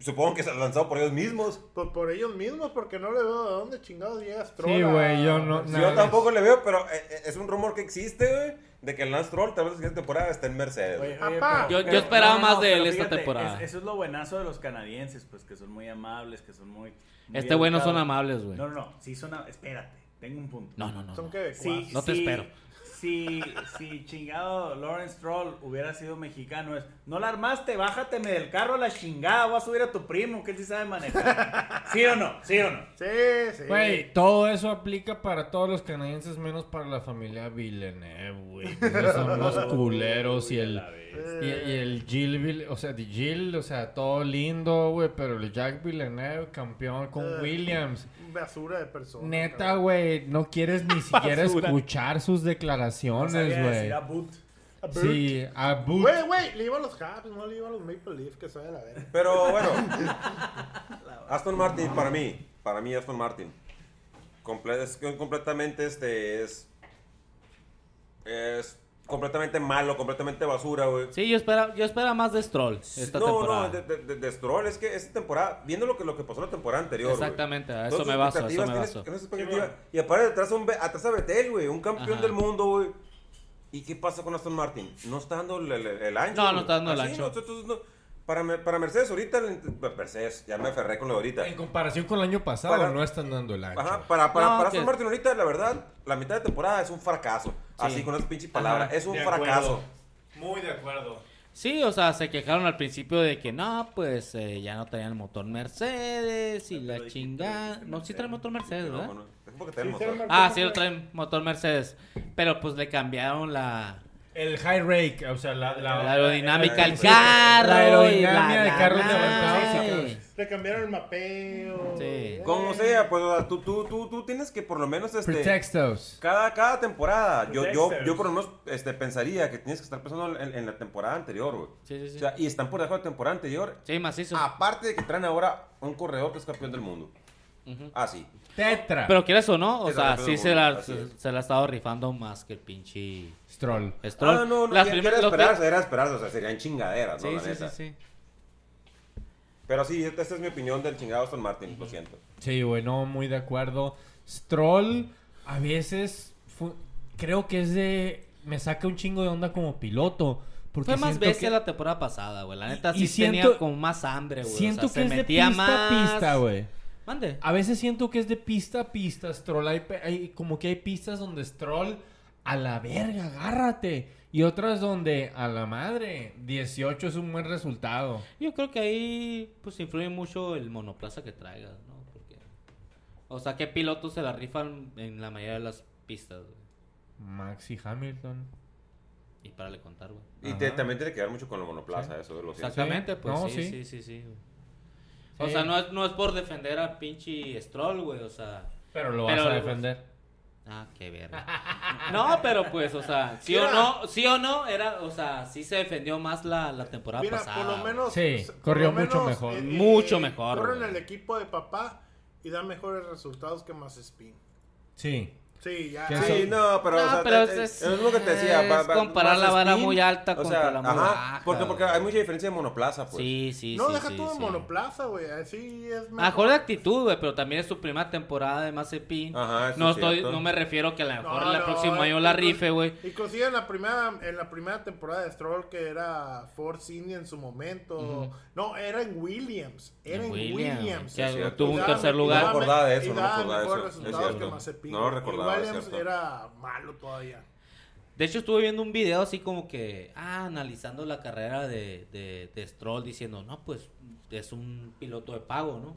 Supongo que se ha lanzado por ellos mismos. Por, Pues por ellos mismos, porque no le veo de dónde chingados llega Stroll. Sí, a- güey, yo no- Sí, Pues Yo Nada tampoco le veo, pero eh, eh, es un rumor que existe, güey, de que Lance Troll tal vez la siguiente temporada está en Mercedes. Oye, Papá. oye, Yo- yo esperaba más de pero él esta fíjate, temporada. es- eso es lo buenazo de los canadienses, pues que son muy amables, que son muy. muy Este güey no educados. son amables, güey. No, no, no. Sí son. a- Espérate, tengo un punto. No, no, no. Son no. que Sí, No te sí, espero. si, si chingado Lawrence Troll hubiera sido mexicano, es, no la armaste, bájateme del carro a la chingada, voy a subir a tu primo, que él sí sabe manejar. ¿Sí o no? ¿Sí o no? Sí, sí. Güey, todo eso aplica para todos los canadienses, menos para la familia Villeneuve, güey. Esos son los culeros y el, y, y el Jill, Vill- o sea, de Jill, o sea, todo lindo, güey, pero el Jack Villeneuve, campeón con Eh. Williams. Basura de persona. Neta, cabrón. güey, no quieres ni siquiera Basura. escuchar sus No declaraciones, sabía güey. decir a boot. Pues, A bird. Sí, a Boot. Güey, güey, le iba a los Habs, no le iba a los Maple Leaf, que soy de la verga. Pero bueno, Aston Martin para mí, para mí Aston Martin, comple- es que completamente este es es completamente malo, completamente basura, güey. Sí, yo esperaba, yo esperaba más de Stroll esta no, temporada. no, de, de- de- de Stroll, es que esta temporada, viendo lo que, lo que pasó la temporada anterior. güey. Exactamente, a eso Entonces, me baso, a eso me expectativas, baso. tienes- tienes expectativa. Y aparte atrás, un, Be- atrás a Betel, güey, un campeón Ajá. del mundo, güey. ¿Y qué pasa con Aston Martin? No está dando el, el- el ancho. No, no güey. está dando el Así, ancho. no, entonces, no. para, Me- para Mercedes ahorita, el- Mercedes, ya me aferré con lo de ahorita. En comparación con el año pasado, Para- no están dando el ancho. Ajá, para, para, No, para que- Aston Martin ahorita, la verdad, la mitad de temporada es un fracaso. Así con esas pinches palabras, Ajá, es un de fracaso. acuerdo. Muy de acuerdo. Sí, o sea, se quejaron al principio de que no, pues eh, ya no traían el motor Mercedes y la chingada. Ah, No, sí traen motor Mercedes, No, ¿verdad? no, es porque tenemos. Sí, ¿no? Mar- Ah, sí, lo traen motor Mercedes. Pero pues le cambiaron la, El high rake, o sea, la, la- la aerodinámica al Sí, carro. La y aerodinámica de la- carros de la- mercado. sí. Le cambiaron el mapeo. Eh, Sí. Como sea, pues o sea, tú, tú, tú, tú tienes que por lo menos este. Pretextos. Cada, cada temporada, yo, yo, Dexter. yo por lo menos este, pensaría que tienes que estar pensando en, en la temporada anterior, güey. Sí, sí, sí. O sea, y están por debajo de la temporada anterior. Sí, macizo. Aparte de que traen ahora un corredor que es campeón del mundo. Ujú. Ah, sí. Tetra. Pero quieres o no, o Es sea, alrededor sí del se mundo, la, así se, es. se la ha estado rifando más que el pinche Stroll. Stroll. Ah, no, no, Las ya- ya primeras- era los- esperarse, era esperarse, o sea, serían chingaderas, ¿no? Sí, La sí, sí, neta. sí. Pero sí, esta esta es mi opinión del chingado Aston Martin, lo siento. Sí, güey, no, muy de acuerdo. Stroll a veces fu- creo que es de... Me saca un chingo de onda como piloto. Porque Fue más siento bestia que- la temporada pasada, güey. La neta Y- sí y siento- tenía como más hambre, güey. O sea, Siento se que es de metía pista más. a pista, güey. Mande. A veces siento que es de pista a pista, Stroll. Hay, pe- hay- como que hay pistas donde Stroll, a la verga, agárrate. Y otras donde, a la madre, 18 es un buen resultado. Yo creo que ahí pues influye mucho el monoplaza que traigas, ¿no? Porque, o sea, ¿qué pilotos se la rifan en la mayoría de las pistas? güey? Max y Hamilton. Y para le contar, güey. Y te- Ajá. también tiene que ver mucho con la monoplaza, eso, lo siento. Exactamente, Sí. pues No, sí, sí. sí, sí, sí. güey. O Sí. sea, no es, no es por defender a pinche Stroll, güey, o sea... Pero lo Pero vas a los- defender. Ah, qué verga. No, pero pues, o sea, sí o Mira. no, sí o no, era, o sea, sí se defendió más la, la temporada Mira, pasada. por lo güey. menos. Sí, s- corrió por lo eh, mucho mejor. Mucho mejor, Corren güey. el equipo de papá y dan mejores resultados que más spin. Sí. Sí, ya. Que Sí, Sí, no, pero, No, o sea, pero es, es- es lo que te decía. es va- va- comparar más la vara spin, muy alta o contra sea, la muy ajá, baja, Porque, porque güey. hay mucha diferencia de monoplaza, pues. Sí, sí, No, sí, deja sí, todo en sí. monoplaza, güey. Así es Mejor de actitud, güey, pero también es su primera temporada de Mazepin. Ajá, eso no es estoy, cierto. no me refiero que a lo mejor No, eh, el no, próximo año la inclu- rife, güey. Inclusive en la primera en la primera temporada de Stroll que era Force India en su momento. No, era en Williams, era en En Williams. Williams, que Y cierto. tuvo daba un No tercer me- No y lugar. daba- recordaba de y eso, no daba recordaba de mejores eso, es resultados que cierto. Mazepin. No lo recordaba, Y es Williams cierto. era malo todavía. De hecho, estuve viendo un video así como que, ah, analizando la carrera de, de, de Stroll diciendo, no, pues es un piloto de pago, ¿no?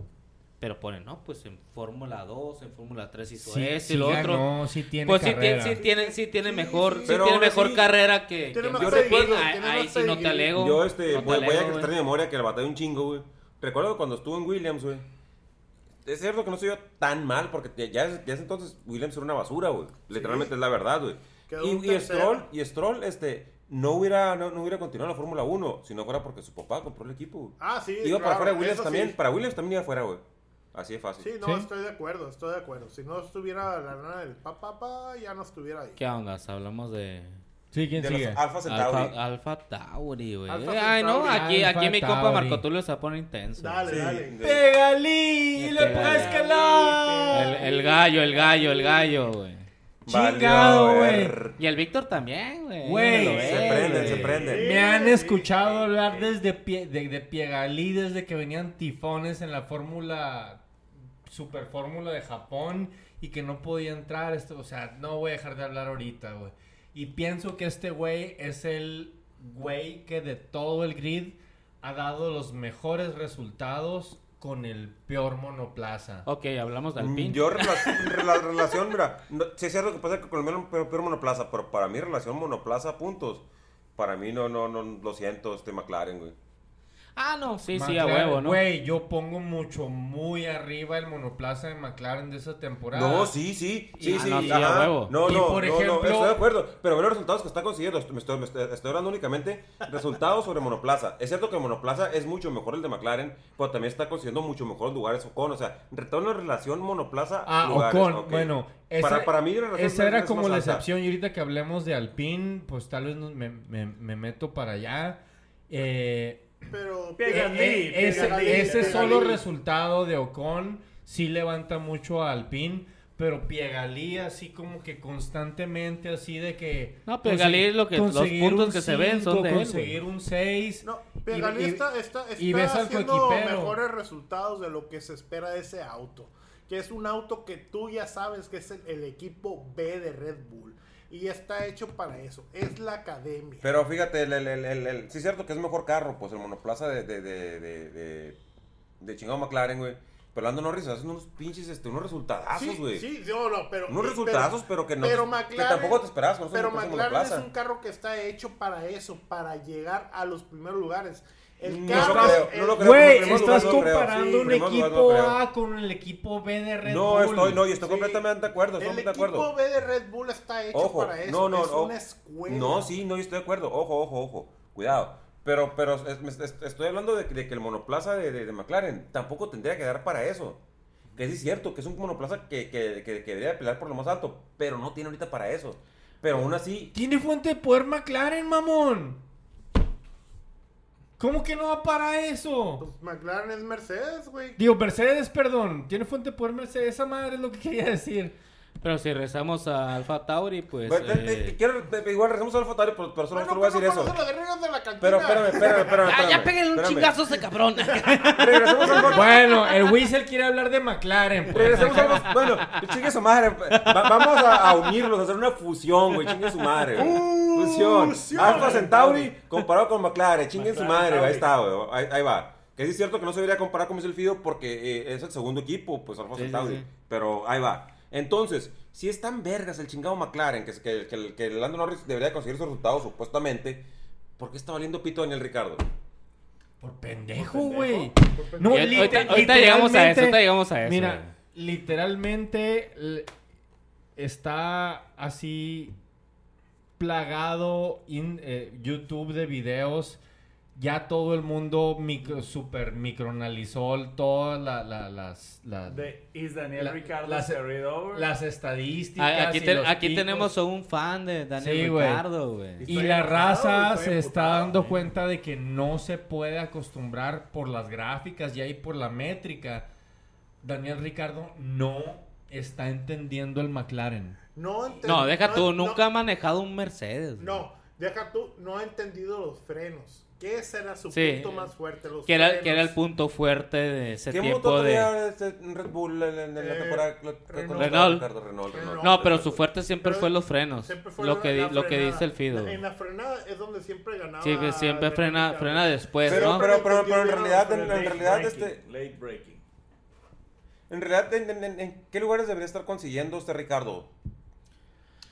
Pero ponen, no, pues en Fórmula 2, en Fórmula 3 hizo Sí, esto y sí lo Pues, otro. ganó, sí tiene pues sí, carrera. tiene, sí tiene, sí tiene Sí, mejor, sí, sí pero tiene aún mejor así, carrera que, tiene que más yo pedigree, recuerdo, ahí, tiene ahí más sí no te pedigree. alego. Yo este, no te voy, voy a alego, güey. extraer de memoria que la batalla un chingo, güey. Recuerdo cuando estuvo en Williams, güey. Es cierto que no se vio tan mal, porque ya, ya es- ya es entonces Williams era una basura, güey. Literalmente es la verdad, güey. Quedó un Y, y tercero. Stroll, y Stroll, este, no hubiera, no, no hubiera continuado en la Fórmula 1 si no fuera porque su papá compró el equipo, güey. Ah, sí, Iba para claro, afuera de Williams eso también, sí. para Williams también iba afuera, güey. Así de fácil. Sí, no, Sí. estoy de acuerdo, estoy de acuerdo. Si no estuviera la lana del papá, ya no estuviera ahí. ¿Qué onda? Hablamos de Sí, ¿quién de sigue? los Alfa Centauri. Alfa, Alfa Tauri, güey. Alfa Ay, no, Centauri. aquí, Alfa aquí mi compa Tauri. Marco Tulio se pone intenso. Dale, Sí, dale. de- ¡Pégale! ¡Le Pégale. puedes escalar! El, el gallo, el gallo, el gallo, güey. Chingado, Valió, güey. er. Y el Víctor también, güey. Güey. Lo ves, Se prenden, güey. se prenden. Me han escuchado hablar desde pie, de, de Piegalí desde que venían tifones en la fórmula super fórmula de Japón y que no podía entrar esto, o sea, no voy a dejar de hablar ahorita, güey. Y pienso que este güey es el güey que de todo el grid ha dado los mejores resultados con el peor monoplaza. Ok, hablamos Mm, de Alpine. Mm, Yo rela- la relación, mira, no, sí es cierto que pasa que Colombiano es peor, peor monoplaza, pero para mí relación monoplaza puntos. Para mí no, no, no, lo siento, este McLaren, güey. Ah, no, sí, sí, a McLaren, huevo, ¿no? Güey, yo pongo mucho, muy arriba el monoplaza de McLaren de esa temporada. No, sí, sí, sí, Ah, sí. no, sí, ajá. a huevo. No, Y no, por no, no, ejemplo- estoy de acuerdo. Pero ve los resultados que está consiguiendo. Me estoy, me estoy- estoy hablando únicamente resultados sobre monoplaza. Es cierto que monoplaza es mucho mejor el de McLaren, pero también está consiguiendo mucho mejores lugares Ocon. O sea, retorno en relación monoplaza Ah, lugares, Ocon, ok. bueno. Esa, para, para mí la relación esa es- era es como más la alta. excepción. Y ahorita que hablemos de Alpine, pues tal vez nos- me, me- me meto para allá. Eh, Pero Pega eh, a mí, eh, pega ese, a mí, ese pega a solo mí. resultado de Ocon sí levanta mucho a Alpine, pero Piegalí así como que constantemente así de que... No, Piegalí consi- es lo que- los conseguir puntos un que se ven son cinco, de él, güey. Conseguir un 6. No, Piegalí Y- y- está, está, y ves está al haciendo coequipero. mejores resultados de lo que se espera de ese auto. Que es un auto que tú ya sabes que es el, el equipo B de Red Bull. Y está hecho para eso. Es la academia. Pero fíjate, el, el, el, el- el- sí es cierto que es mejor carro, pues el monoplaza de, de, de, de, de, de chingado McLaren, güey. Pero Lando Norris hace unos pinches, este, unos resultadazos, sí, güey. sí, no, no, pero. Unos pero- resultazos, pero que no- Pero que McLaren, tampoco te esperabas, por eso Pero no puso McLaren es monoplaza. un carro que está hecho para eso, para llegar a los primeros lugares. El No carro. lo creo, no el- lo creo, Güey, en primer lugar estás no creo, comparando sí, en un primer lugar no equipo creo. A con el equipo B de Red No, Bull. estoy, no, y estoy Sí. completamente de acuerdo, El estoy equipo de acuerdo. B de Red Bull está hecho Ojo, para eso. no, no, es no. una escuela. No, sí, no, yo estoy de acuerdo. Ojo, ojo, ojo. Cuidado. Pero, pero es- me- es- estoy hablando de, que- de que el monoplaza de, de- de McLaren tampoco tendría que dar para eso. Que sí es cierto, que es un monoplaza que, que, que- que debería pelear por lo más alto, pero no tiene ahorita para eso. Pero aún así, Tiene fuente de poder McLaren, mamón. ¿Cómo que no va para eso? Pues McLaren es Mercedes, güey. Digo, Mercedes, perdón. Tiene fuente de poder Mercedes. Esa madre es lo que quería decir. Pero si rezamos a Alfa Tauri, pues. Bueno, te- eh, te- quiero, te- igual regresamos al Fatari, pero, pero solo Bueno, solo voy a pero decir eso. vamos a los guerreros de la cantina. Pero espérame, espérame, espérame. Ah, ya espérame, peguen un espérame. chingazo a ese cabrón. Regresemos al Fatari. Bueno, el Weasel quiere hablar de McLaren. pues. Regresemos a los- Bueno, chingue su madre. Va- vamos a, a unirlos, a hacer una fusión, güey. Chingue su madre. güey. Fusión. Fusión. Alfa Centauri comparado con McLaren. Chingue su McLaren, madre. güey. Ahí está, Tauri. güey. Ahí, ahí va. Que sí es cierto que no se debería comparar con Missile Fido porque eh, es el segundo equipo, pues Alfa Sí, sí, Centauri. sí. Pero ahí va. Entonces, si es tan vergas el chingado McLaren que, que, que, que Lando Norris debería conseguir sus resultados supuestamente, ¿por qué está valiendo pito Daniel Ricardo? Por pendejo, güey. Y No, ahorita- liter- ahorita, llegamos a eso, literalmente- ahorita llegamos a eso. Mira, literalmente l- está así plagado en YouTube de videos. Ya todo el mundo micro, super micronalizó todas la- la- las, la- De Is Daniel La- Ricardo las- carried over. las güey. Ah, estadísticas. Aquí, y te- los aquí picos. tenemos a un fan de Daniel Sí, güey. Ricardo, güey. Y- Y Estoy la enojado, raza estoy se está emputado, dando eh. cuenta de que no se puede acostumbrar por las gráficas y ahí por la métrica. Daniel Ricardo no está entendiendo el McLaren. No, enten- No, deja tú, no- nunca ha manejado un Mercedes. güey. No, deja tú, no ha entendido los frenos. ¿Qué será su Sí. punto más fuerte? Los Que era, frenos. que era el punto fuerte de ese ¿Qué tiempo motor de... tenía este Red Bull en, en- en la Eh, temporada? con- con- Renault. Ricardo, Renault, Renault. No, pero su fuerte siempre Pero fue los frenos. Siempre fue lo, la- que, la di- lo que frenada. dice el Fido. En la frenada es donde siempre ganaba. Sí, que siempre Daniel frena, Ricciardo. frena después, Pero, Pues, ¿no? pero, pero, Entendió pero bien en los realidad, en, frenos. en realidad, breaking, este, Late breaking. en realidad, en, en- en- en qué lugares debería estar consiguiendo este Ricardo?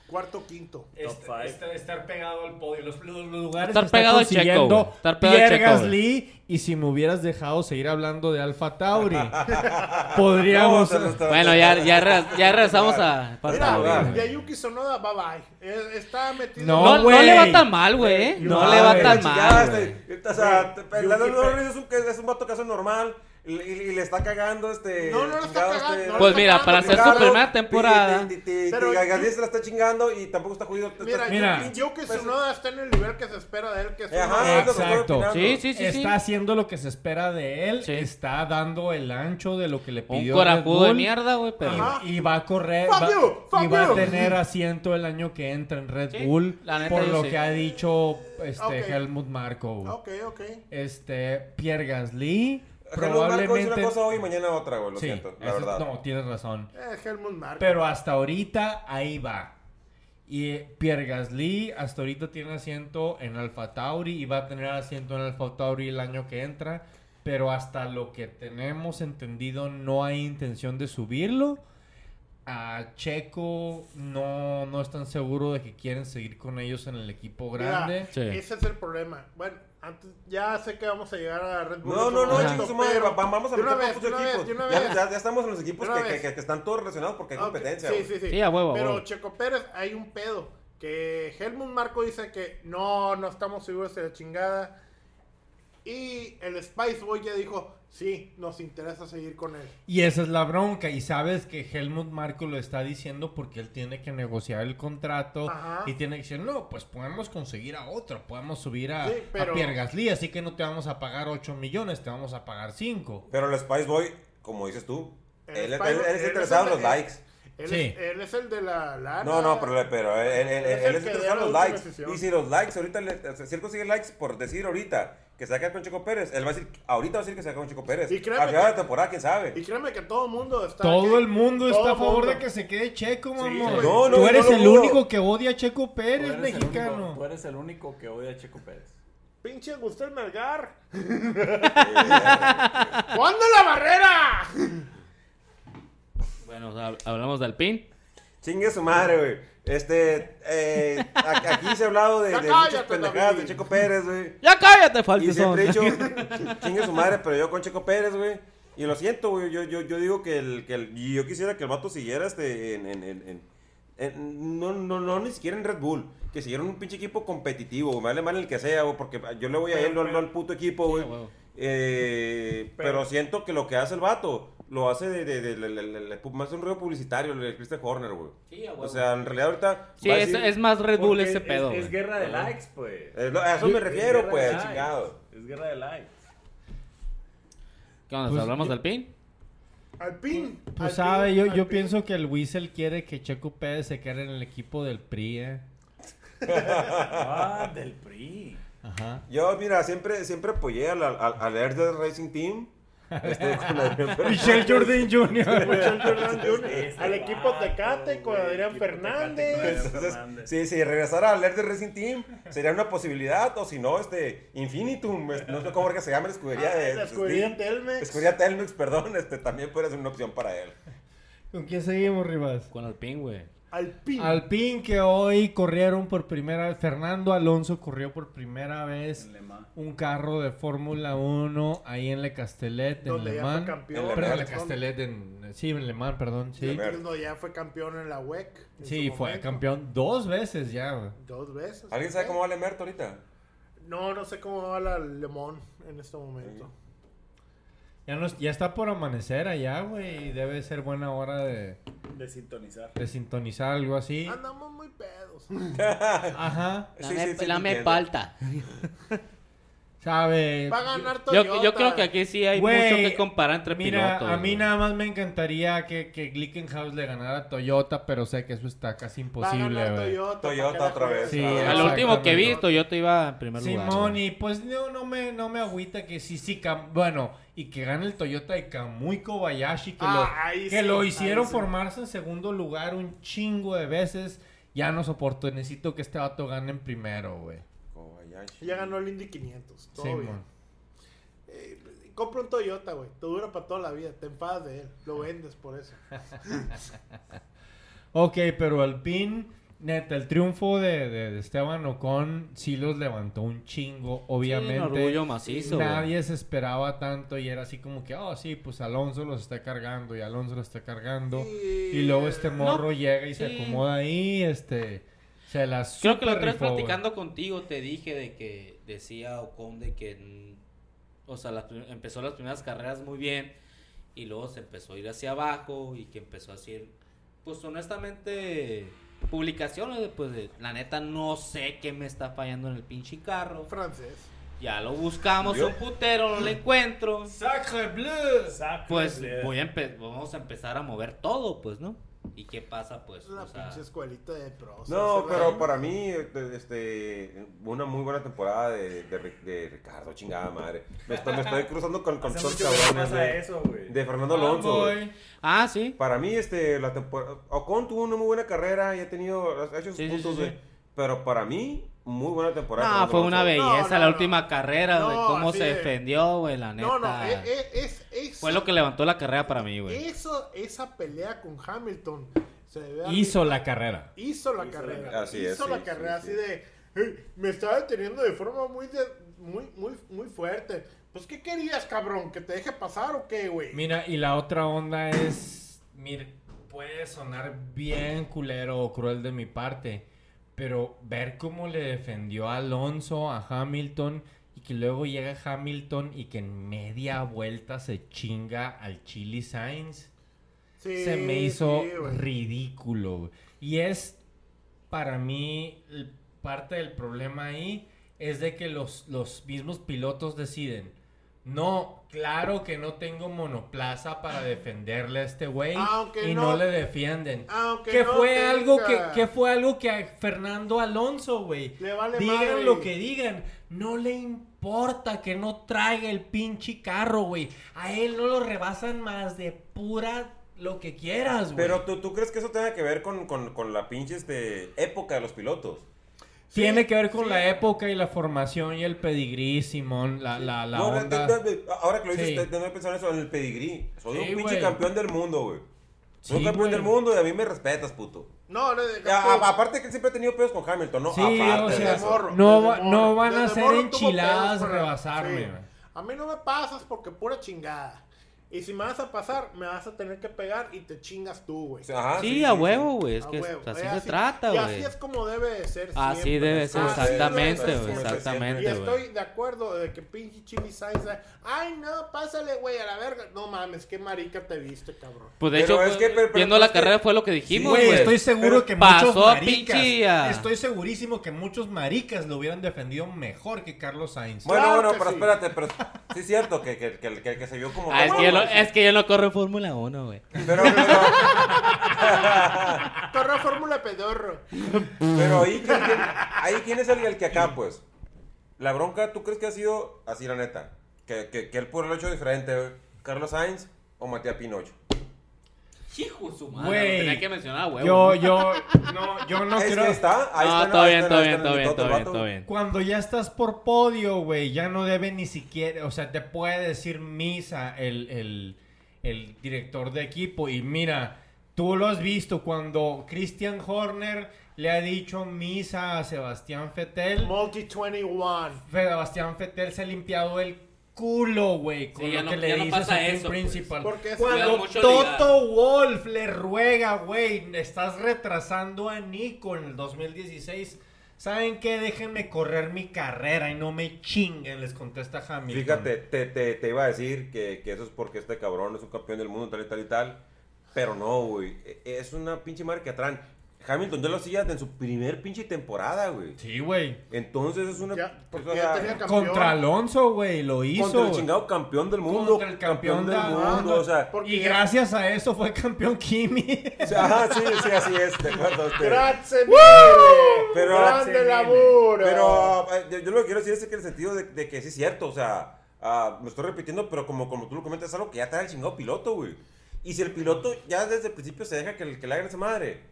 Cuarto, quinto. Top Est- five. est- estar pegado al podio. Los, los lugares Estar que está pegado a Checo, consiguiendo güey. Estar pegado a Pierre Checo, güey. Gasly. Y si me hubieras dejado seguir hablando de Alfa Tauri, No, o podríamos... sea, no está- Bueno, ya, ya, re- ya regresamos a... Mira, Tauri, güey. Yayuki Sonoda, bye bye. Eh, Está metido. No, No, no le va güey. tan mal, güey. ¿eh? No, No, le va güey, tan Ya, mal. güey. este, o sea, Güey, te- Yuki Lando Norris Pe- es un, que- es un vato que hace normal y, y- y le está cagando este... No, no lo está chingado, cagando, este- no lo Pues mira, para hacer su Ricardo, primera temporada... y- y- y- y- Pero- y Gasly se la está chingando y tampoco está jodido. Mira, Mira. Yuki- Yuki Tsunoda está en el nivel que se espera de él. Que es un- Pues, Ajá, Eh, es lo que estoy Exacto. opinando. Sí, sí, sí, sí. está haciendo lo que se espera de él. Sí. Está dando el ancho de lo que le Un pidió. Red corajudo de Bull, mierda, güey, pero... Ajá. Y va a correr. Fuck va- you, fuck y va you. a tener asiento el año que entra en Red Sí, Bull. la neta por yo lo sí. que ha dicho este, Ok. Helmut Marko. güey. Ok, ok. Eh, Este, Pierre Gasly. Probablemente... Marco dice Probablemente. una cosa hoy y mañana otra, güey, lo Sí, siento, la eso- verdad. no, tienes razón. Es Helmut Marko. Pero hasta ahorita ahí va. Y eh, Pierre Gasly hasta ahorita tiene asiento en Alfa Tauri y va a tener asiento en Alfa Tauri el año que entra. Pero hasta lo que tenemos entendido, no hay intención de subirlo. A Checo no, no están seguros de que quieren seguir con ellos en el equipo Mira, grande. Sí. Ese es el problema. Bueno, antes, ya sé que vamos a llegar a Red Bull. No, en no, otro no, momento, chicos, madre, pero va- vamos a de una meter vez, todos de los una vez, equipos. de una Ya, vez. ya- ya estamos en los equipos De una que, que- vez. que están todos relacionados porque hay Ok, competencia. Sí, güey. sí, sí. Sí, a huevo, a Pero huevo. Checo Pérez, hay un pedo. Que Helmut Marco dice que no, no estamos seguros de la chingada. Y el Spice Boy ya dijo, sí, nos interesa seguir con él. Y esa es la bronca. Y sabes que Helmut Marco lo está diciendo porque él tiene que negociar el contrato Ajá. y tiene que decir, no, pues podemos conseguir a otro, podemos subir a, Sí, a pero- Pierre Gasly, así que no te vamos a pagar 8 millones, te vamos a pagar 5. Pero el Spice Boy, como dices tú, El él, Spice él- Boy- él él es es el interesado en de- los likes. Él, Sí. es, él es el de la lana. No, no, pero, pero él, él- él- Es el él es que interesado en dio los la última likes. decisión. Y si los likes, ahorita, le- o sea, si él consigue likes por decir ahorita que se va a quedar con Chico Pérez, él va a decir, ahorita va a decir que se va a quedar con Chico Pérez. Y créeme Al final que- de la temporada, quién Y sabe. créeme que todo el mundo está... Todo que- el mundo todo está a favor mundo. de que se quede Checo, mamón. güey. No, no, Tú eres no lo el dudo. único que odia a Checo Tú Pérez, eres el único- mexicano. tú eres el único que odia a Checo Pérez. Pinche Gustavo Melgar. Eh, ¿Cuándo la barrera? Bueno, hab- hablamos del pin. Chingue su madre, güey. Este, eh, a- aquí se ha hablado de, Ya de cállate, muchas pendejadas David. de Chico Pérez, güey. Ya cállate, Y Faltizón. siempre he dicho, chingue su madre, pero yo con Checo Pérez, güey. Y lo siento, güey. Yo, yo, yo digo que el, que el- y yo quisiera que el vato siguiera este en, en, en, en- en- no, no, no, ni siquiera en Red Bull. Que siguiera en un pinche equipo competitivo, güey. Me vale mal el que sea, güey. Porque yo le voy a ir no, no al puto equipo, güey. huevo. Eh, pero, Pero- siento que lo que hace el vato, lo hace de, de, de- le- le- le- le- más un ruido publicitario, el de Christian Horner, güey. Sí, a huevo. o sea, en realidad ahorita. Sí, va a es, decir- es más Red Bull Porque ese es- pedo. Es, güey. guerra de likes, pues. es lo- a eso me Es refiero, guerra de pues, likes. chingado. Es guerra de likes. ¿Qué onda? Pues, ¿Hablamos yo- del pin? Al pin. Pues al sabe, pin, yo, al yo pin. pienso que el Weasel quiere que Checo Pérez se quede en el equipo del PRI, eh. Ah, del PRI. Ajá. Yo, mira, siempre, siempre apoyé al, al, al Air Racing Team. Este, con la- Michelle Jordan Jr. güey. Michel Jordan Jr., Este al equipo vato, Tecate con güey, Adrián equipo Tecate con Fernández. Adrián Entonces, Fernández. sí, si regresara al Air Racing Team sería una posibilidad, o si no, este, Infinitum, es- no sé cómo es que se llama la escudería de. Ah, La escudería Team. Telmex. Escudería Telmex, perdón, este, también puede ser una opción para él. ¿Con quién seguimos, Rivas? Con el pin, güey. Al pin. Alpín que hoy corrieron por primera vez, Fernando Alonso corrió por primera vez En Le Mans. un carro de Fórmula 1 ahí en Le Castellet, en Donde Le ya fue Mans. campeón. En Le Perdón, Mans. Le Castellet, en, sí, en Le Mans, perdón, sí. Le Mans. Donde ya fue campeón en la WEC. en Sí, su fue momento. campeón dos veces ya. güey. Dos veces. ¿Alguien sabe cómo vale Merto ahorita? No, no sé cómo va la Lemón en este momento. Ya, no es- ya está por amanecer allá, güey, y debe ser buena hora de, De sintonizar. de sintonizar algo así. Andamos muy pedos. Ajá, Sí, sí, sí, la me entiendo. falta. sabe. Va a ganar Toyota. Yo, yo creo que aquí sí hay Güey, mucho que comparar entre Mira, pilotos. a mí güey. nada más me encantaría que, que Glickenhaus le ganara a Toyota, pero sé que eso está casi Va a imposible, ganar güey. Toyota. ¿para qué Toyota la otra juegas? vez. Sí, Ah, Al último que vi, Exactamente. Toyota iba en primer lugar. Simón, güey. y pues no, no me, no me agüita que sí, sí, Cam- bueno, y que gane el Toyota de Kamui Kobayashi, que, Ah, ahí sí, lo, que lo ahí hicieron sí. formarse en segundo lugar un chingo de veces. Ya no soporto, necesito que este vato gane en primero, güey. Oh, Kobayashi. Ya ganó el Indy 500. Todo bien. Simón. Eh, compra un Toyota, güey. Te dura para toda la vida. Te enfadas de él. Lo vendes por eso. Ok, pero Alpine, neta, el triunfo de, de- de Esteban Ocon sí los levantó un chingo, obviamente. Sí, un orgullo macizo, güey. Nadie se esperaba tanto y era así como que, oh, sí, pues Alonso los está cargando y Alonso los está cargando. Y- Y luego este morro No, llega y se sí. acomoda ahí, este, se las Creo que la lo otra vez platicando contigo te dije de que decía Ocon de que, mm, o sea, las prim- empezó las primeras carreras muy bien y luego se empezó a ir hacia abajo y que empezó a decir, pues honestamente, publicaciones, de, pues de, la neta no sé qué me está fallando en el pinche carro. Francés. Ya lo buscamos, Yo- un putero, no lo encuentro. Sacre bleu. Pues voy a empe- vamos a empezar a mover todo, pues, ¿no? ¿Y qué pasa, pues? La O sea, pinche escuelita de pros. No, ese pero güey. para mí, este, una muy buena temporada de, de, Ri- de Ricardo, chingada madre. Me estoy, me estoy cruzando con, con Hace estos mucho que no cabrones, pasa güey. eso, güey. De Fernando Alonso, Ah, güey. voy. Ah, sí. Para mí, este, la temporada. Ocon tuvo una muy buena carrera y ha tenido. Ha hecho sus Sí, sí, puntos, sí, güey. sí. Pero para mí, muy buena temporada. No, Fernando fue una Alonso. belleza No, no, la no. última carrera, güey. No, Cómo así se de- defendió, güey, la neta. No, no, eh, eh, es, es- Fue lo que levantó la carrera para mí, güey. eso, esa pelea con Hamilton se debe a- Hizo la carrera. hizo la Hizo la carrera. carrera. Así hizo es, la sí, carrera sí, así de "Hey, me estaba deteniendo de forma muy de- muy muy muy fuerte. Pues qué querías, cabrón, que te deje pasar o qué, güey? Mira, y la otra onda es. Mira, puede sonar bien culero o cruel de mi parte, pero ver cómo le defendió a Alonso, a Hamilton, y que luego llega Hamilton y que en media vuelta se chinga al Chili Sainz, Sí, se me hizo sí, güey. ridículo. güey. Y es para mí el- parte del problema ahí es de que los, los mismos pilotos deciden. No, claro que no tengo monoplaza para defenderle a este güey Aunque y no, no- le defienden. Aunque que no fue algo que, tenga. que fue algo que a Fernando Alonso, güey. Le vale digan madre. lo que digan, no le importa que no traiga el pinche carro, güey. A él no lo rebasan más de pura lo que quieras, güey. Pero ¿tú, tú crees que eso tenga que ver con, con, con la pinche este, época de los pilotos. Tiene Sí, que ver con sí. la época y la formación y el pedigrí, Simón, la, la, la No, de- de- onda. de- de- ahora que lo dices, Sí. de- de- no he pensado en eso, en el pedigrí. Soy Sí, un pinche güey. campeón del mundo, güey. Soy Sí, un campeón güey. del mundo y a mí me respetas, puto. No, no, de- A- a- Ah, aparte que siempre he tenido pedos con Hamilton, ¿no? Sí, aparte o de sea, eso. morro, no desde va- morro. no van a Desde ser morro tuvo enchiladas pedos para- rebasarme, Sí. güey. A mí no me pasas porque pura chingada. Y si me vas a pasar, me vas a tener que pegar y te chingas tú, güey. O sea, ajá, sí, a huevo, güey. Es A que huevo. así Eh, se trata, y güey. Así es como debe de ser. Así siempre. debe ser, Así debe exactamente, ser güey, siempre. exactamente, Y güey. estoy de acuerdo de que pinche Chili Sainz. Ay, no, pásale, güey, a la verga. No mames, qué marica te viste, cabrón. Pues de Pero hecho, es fue- que, pero- pero viendo es la que- carrera fue lo que dijimos, Güey, güey. estoy seguro que muchos pasó a maricas. pinche a- Estoy segurísimo que muchos maricas lo hubieran defendido mejor que Carlos Sainz. Bueno, Claro bueno, que pero sí. espérate, pero sí es cierto que, que, que, que- que se vio como... Ah, es, que yo no, Pero- es que yo no corro Fórmula 1, güey. Pero, pero, Torre Fórmula Pedorro. Pero ahí, ¿quién, quién- ahí quién es el, el que acá, pues? La bronca, ¿tú crees que ha sido así, la neta? Que, que, que él pudo haberlo hecho diferente, güey. ¿Carlos Sainz o Matías Pinocho? Hijo de su madre, Güey. lo tenía que mencionar, güey. Yo, yo, no, yo no Es que quiero. está, ahí no, está, todo ahí bien, está, todo ahí bien, está todo el bien, mitote, todo el bien, vato. todo bien. Cuando ya estás por podio, güey, ya no debe ni siquiera, o sea, te puede decir misa el, el- el director de equipo. Y mira, tú lo has visto cuando Christian Horner le ha dicho misa a Sebastián Fettel. Multi 21. Sebastián Fettel se ha limpiado el culo, güey, con Sí, lo ya no- que le ya no dice pasa a eso, pues. principal. Porque es- Cuando Cuidan mucho Toto Wolf le ruega, güey, estás retrasando a Nico en el 2016. ¿Saben qué? Déjenme correr mi carrera y no me chinguen, les contesta Hamilton. Fíjate, te, te, te iba a decir que, que eso es porque este cabrón es un campeón del mundo, tal y tal y tal. Pero no, güey. E- Es una pinche madre que atraen. Hamilton ya lo hacía en su primer pinche temporada, güey. Sí, güey. Entonces es una... Ya, porque o ya sea, tenía campeón. Contra Alonso, güey, lo hizo. Contra el güey. chingado campeón del mundo. Contra el campeón del de- mundo. O sea, Porque Y gracias a eso fue campeón Kimi. O sea, Ajá, sí, sí, así es, de acuerdo. este. Grazie mille. Pero- Grande Grazie laburo. Pero eh, yo, yo lo que quiero decir es que en el sentido de, de que sí es cierto, o sea, ah, me estoy repitiendo, pero como, como tú lo comentas, es algo que ya trae el chingado piloto, güey. Y si el piloto ya desde el principio se deja que, le- que le hagan esa madre,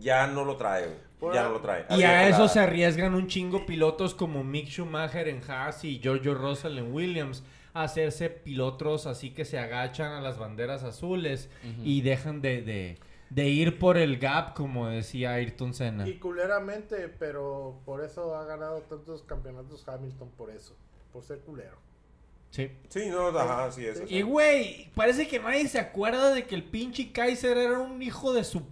ya no lo trae, güey. ya no lo trae. Y a Así eso es, se arriesgan un chingo pilotos como Mick Schumacher en Haas y Giorgio Russell en Williams a hacerse pilotos así que se agachan a las banderas azules y dejan de, de- de ir por el gap, como decía Ayrton Senna. Y culeramente, pero por eso ha ganado tantos campeonatos Hamilton, por eso. Por ser culero. Sí. pues, Sí, no, ajá, así es. eh, Y güey, parece que nadie se acuerda de que el pinche Kaiser era un hijo de su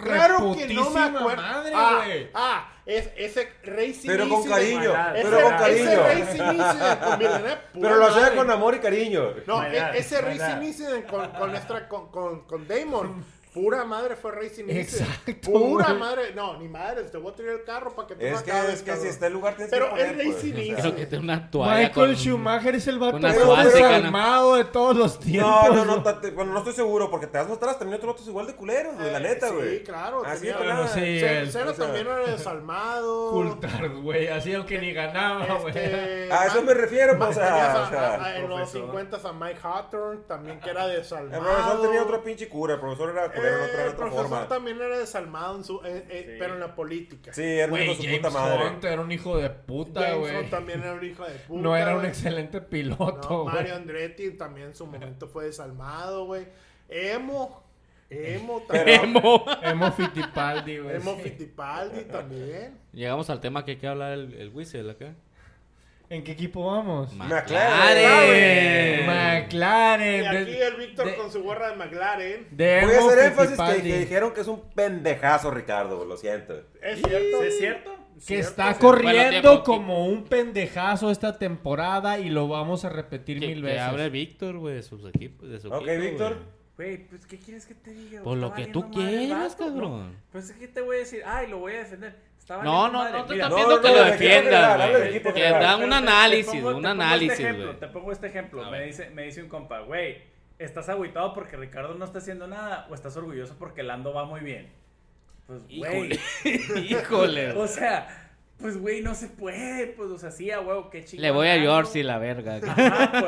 Claro que no me reputísima acuerdo. madre, ah, güey. ah, es, ese Racing Pero con cariño, maldad. pero con Ese cariño. Racing Incident con Villeneuve, Pero lo puta hacía madre. con amor y cariño. No, Maldad, e- ese maldad. Racing Incident con, con, nuestra- con, con- con Damon Pura madre fue Racing Incident. Exacto, Pura güey. madre. No, ni madre. Te voy a tirar el carro para que tú Es no que, acabes, es que si cabrón. está el lugar tienes Pero que poner, el pues, Racing o sea. Inc. Creo que tiene una toalla Michael con- Swansea es el vato una más suace, desarmado de todos los tiempos. No, no, no, güey. tate- bueno, no estoy seguro, porque te vas a estar hasta teniendo otros igual de culeros, güey, la Eh, neta, sí, güey. claro, Así tenía- de pelada. Bueno, sí. Cero el- Cero o sea- también era desalmado. Coulthard, güey, así aunque ni ganaba, güey. Este, A eso man- me refiero, man- pues, o sea, tenías a- o sea, a- a- Ah, en los profesor. 50 a Mike Hawthorne, también que era El desalmado. profesor tenía otra pinche cura, el profesor era culero en Eh, otra, en el otra profesor forma. también era desalmado, en su, eh, eh, Sí. pero en la política. Sí, era un hijo Güey, de su puta James madre. Hunt era un hijo de puta, Jameson güey. también era un hijo de puta. No era un güey. excelente No, piloto, güey. Mario Andretti también en su momento fue desalmado, güey. Emo. Emo también. Emo. Emo Fittipaldi, güey. Emo sí. Fittipaldi también. Llegamos al tema que hay que hablar el, el Whistle acá. ¿En qué equipo vamos? Ah, McLaren. Y McLaren. aquí de- el Víctor de- con su gorra de McLaren. de Voy a Emo hacer énfasis que, Fittipaldi, que dijeron que es un pendejazo, Ricardo, lo siento. Es cierto. ¿Sí ¿Es cierto? Que Cierto, está sí. corriendo Bueno, tiempo, como un pendejazo esta temporada y lo vamos a repetir Que, mil que veces. hable Víctor, güey, de sus equipos. De su Ok, equipo, Víctor. güey. Güey, pues ¿qué quieres que te diga? Por lo Está que tú valiendo madre el quieras, vato, ¿no? cabrón. Pues es que te voy a decir, ay, lo voy a defender. Está No, valiendo no, madre. no te Mira, están no, pidiendo no, que no, lo no, defiendas, no, no, no, güey. equipo Que general. da Hagan un Pero te- te análisis, pongo- un te pongo este análisis, ejemplo, güey. Te pongo este ejemplo. A Me ver. dice, me dice un compa, güey, ¿estás agüitado porque Ricardo no está haciendo nada o estás orgulloso porque Lando va muy bien? Pues, güey. Híjole. Híjole. O güey. sea, pues, güey, no se puede. Pues, o sea, sí, a huevo, qué chingón. Le voy a Lando. George y la verga. Ajá,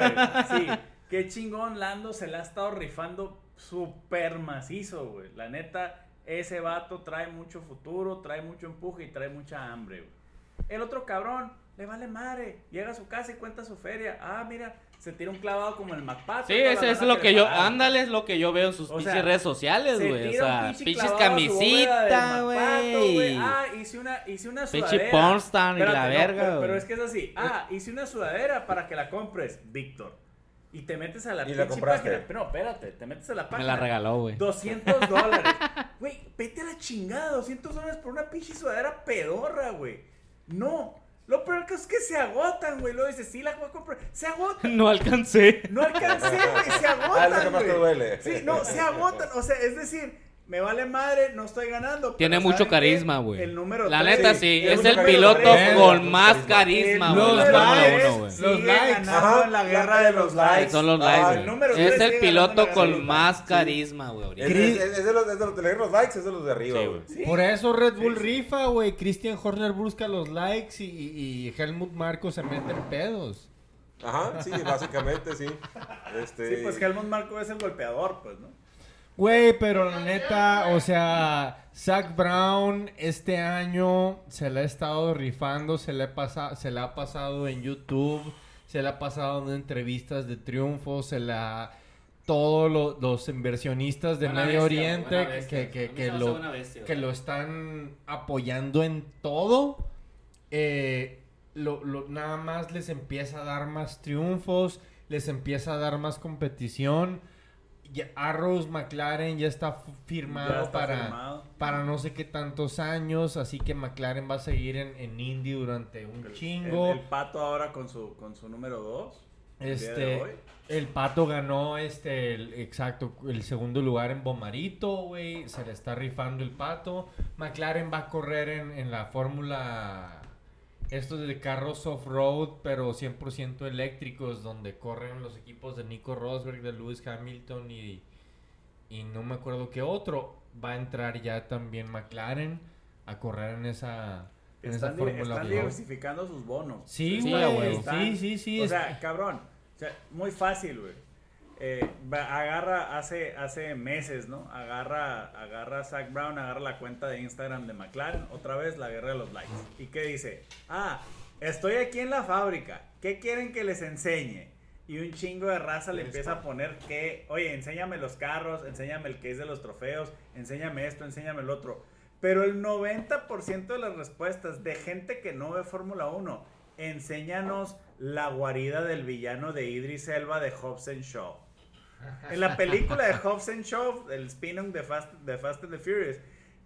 güey. Sí, qué chingón Lando se la ha estado rifando súper macizo, güey. La neta, ese vato trae mucho futuro, trae mucho empuje y trae mucha hambre, güey. El otro cabrón le vale madre, llega a su casa y cuenta su feria. Ah, mira, se tira un clavado como el MacPato. Sí, ese es lo que yo, ándale, es lo que yo veo en sus O pinches sea, redes sociales, Se güey. O tira un sea, pinche pinches clavado a su camisita, bóveda del MacPato, güey. Ah, hice una, hice una Pinche sudadera. pornstar y la Espérate, no, verga, pero, güey. pero es que es así. Ah, hice una sudadera para que la compres, Víctor. Y te metes a la Y la pinche compraste. página. Pero no, espérate, te metes a la Me página. la regaló, güey. 200 dólares. Güey, vete a la chingada. 200 dólares por una pinche sudadera pedorra, güey. No. Lo peor que es que se agotan, güey. Luego dices, sí, la voy a comprar. Se agotan. No alcancé. No alcancé, güey, se Ah, es lo que agotan. más te güey. duele. Sí, no, se agotan. O sea, es decir, me vale madre, no estoy ganando. Tiene pero mucho ¿saben qué? carisma, güey. El número La tres- neta, sí, sí. tiene Es mucho el carisma. piloto Eh, con mucho más carisma. carisma, el güey. Los la número Fórmula likes. tres Uno, güey. sigue Los likes. ganando en la guerra de los likes. Son los Ah, likes, el güey. número tres Es el sigue piloto ganando con gasolina. más carisma, güey. ahorita. Es, es- es de los, es de los, de leer los likes, es de los de arriba, Sí, güey. Sí. Por eso Red Bull Sí, sí. rifa, güey. Christian Horner busca los likes y, y- y Helmut Marko se mete en pedos. Ajá, sí, básicamente, sí. Este, Sí, pues Helmut Marco es el golpeador, pues, ¿no? Güey, pero la neta, o sea, Zach Brown este año se le ha estado rifando, se le, ha pasa- se le ha pasado en YouTube, se le ha pasado en entrevistas de triunfo, se la... Todos lo- los inversionistas de Buena Medio bestia, güey, Oriente buena que- bestia. que, A que- mí se que me hace lo, buena bestia, que güey. lo están apoyando en todo, eh, lo, lo- nada más les empieza a dar más triunfos, les empieza a dar más competición. Ya- Arrows McLaren ya está fu- firmado Ya está para, firmado. para no sé qué tantos años, así que McLaren va a seguir en, en Indy durante un El- chingo. El, el pato ahora con su, con su número 2. Este, el Pato ganó este, el, exacto, el segundo lugar en Bomarito, güey. Se le está rifando el Pato. McLaren va a correr en, en la fórmula, esto de carros off-road, pero 100% eléctricos, donde corren los equipos de Nico Rosberg, de Lewis Hamilton y, y no me acuerdo qué otro. Va a entrar ya también McLaren a correr en esa, en esa Están, di- fórmula. están off-road. diversificando sus bonos. Sí, Sí, güey. a huevo. Sí, sí, sí. O es- sea, cabrón. O sea, muy fácil, güey. Eh, va- agarra hace, hace meses, ¿no? Agarra, agarra a Zach Brown, agarra la cuenta de Instagram de McLaren, otra vez la guerra de los likes. ¿Y qué dice? Ah, estoy aquí en la fábrica. ¿Qué quieren que les enseñe? Y un chingo de raza le empieza a poner que, oye, enséñame los carros, enséñame el que es de los trofeos, enséñame esto, enséñame el otro. Pero el 90% de las respuestas de gente que no ve Fórmula 1, enséñanos la guarida del villano de Idris Elba de Hobbs and Shaw. En la película de Hobbs and Shaw, el spin-off de Fast, de Fast and the Furious,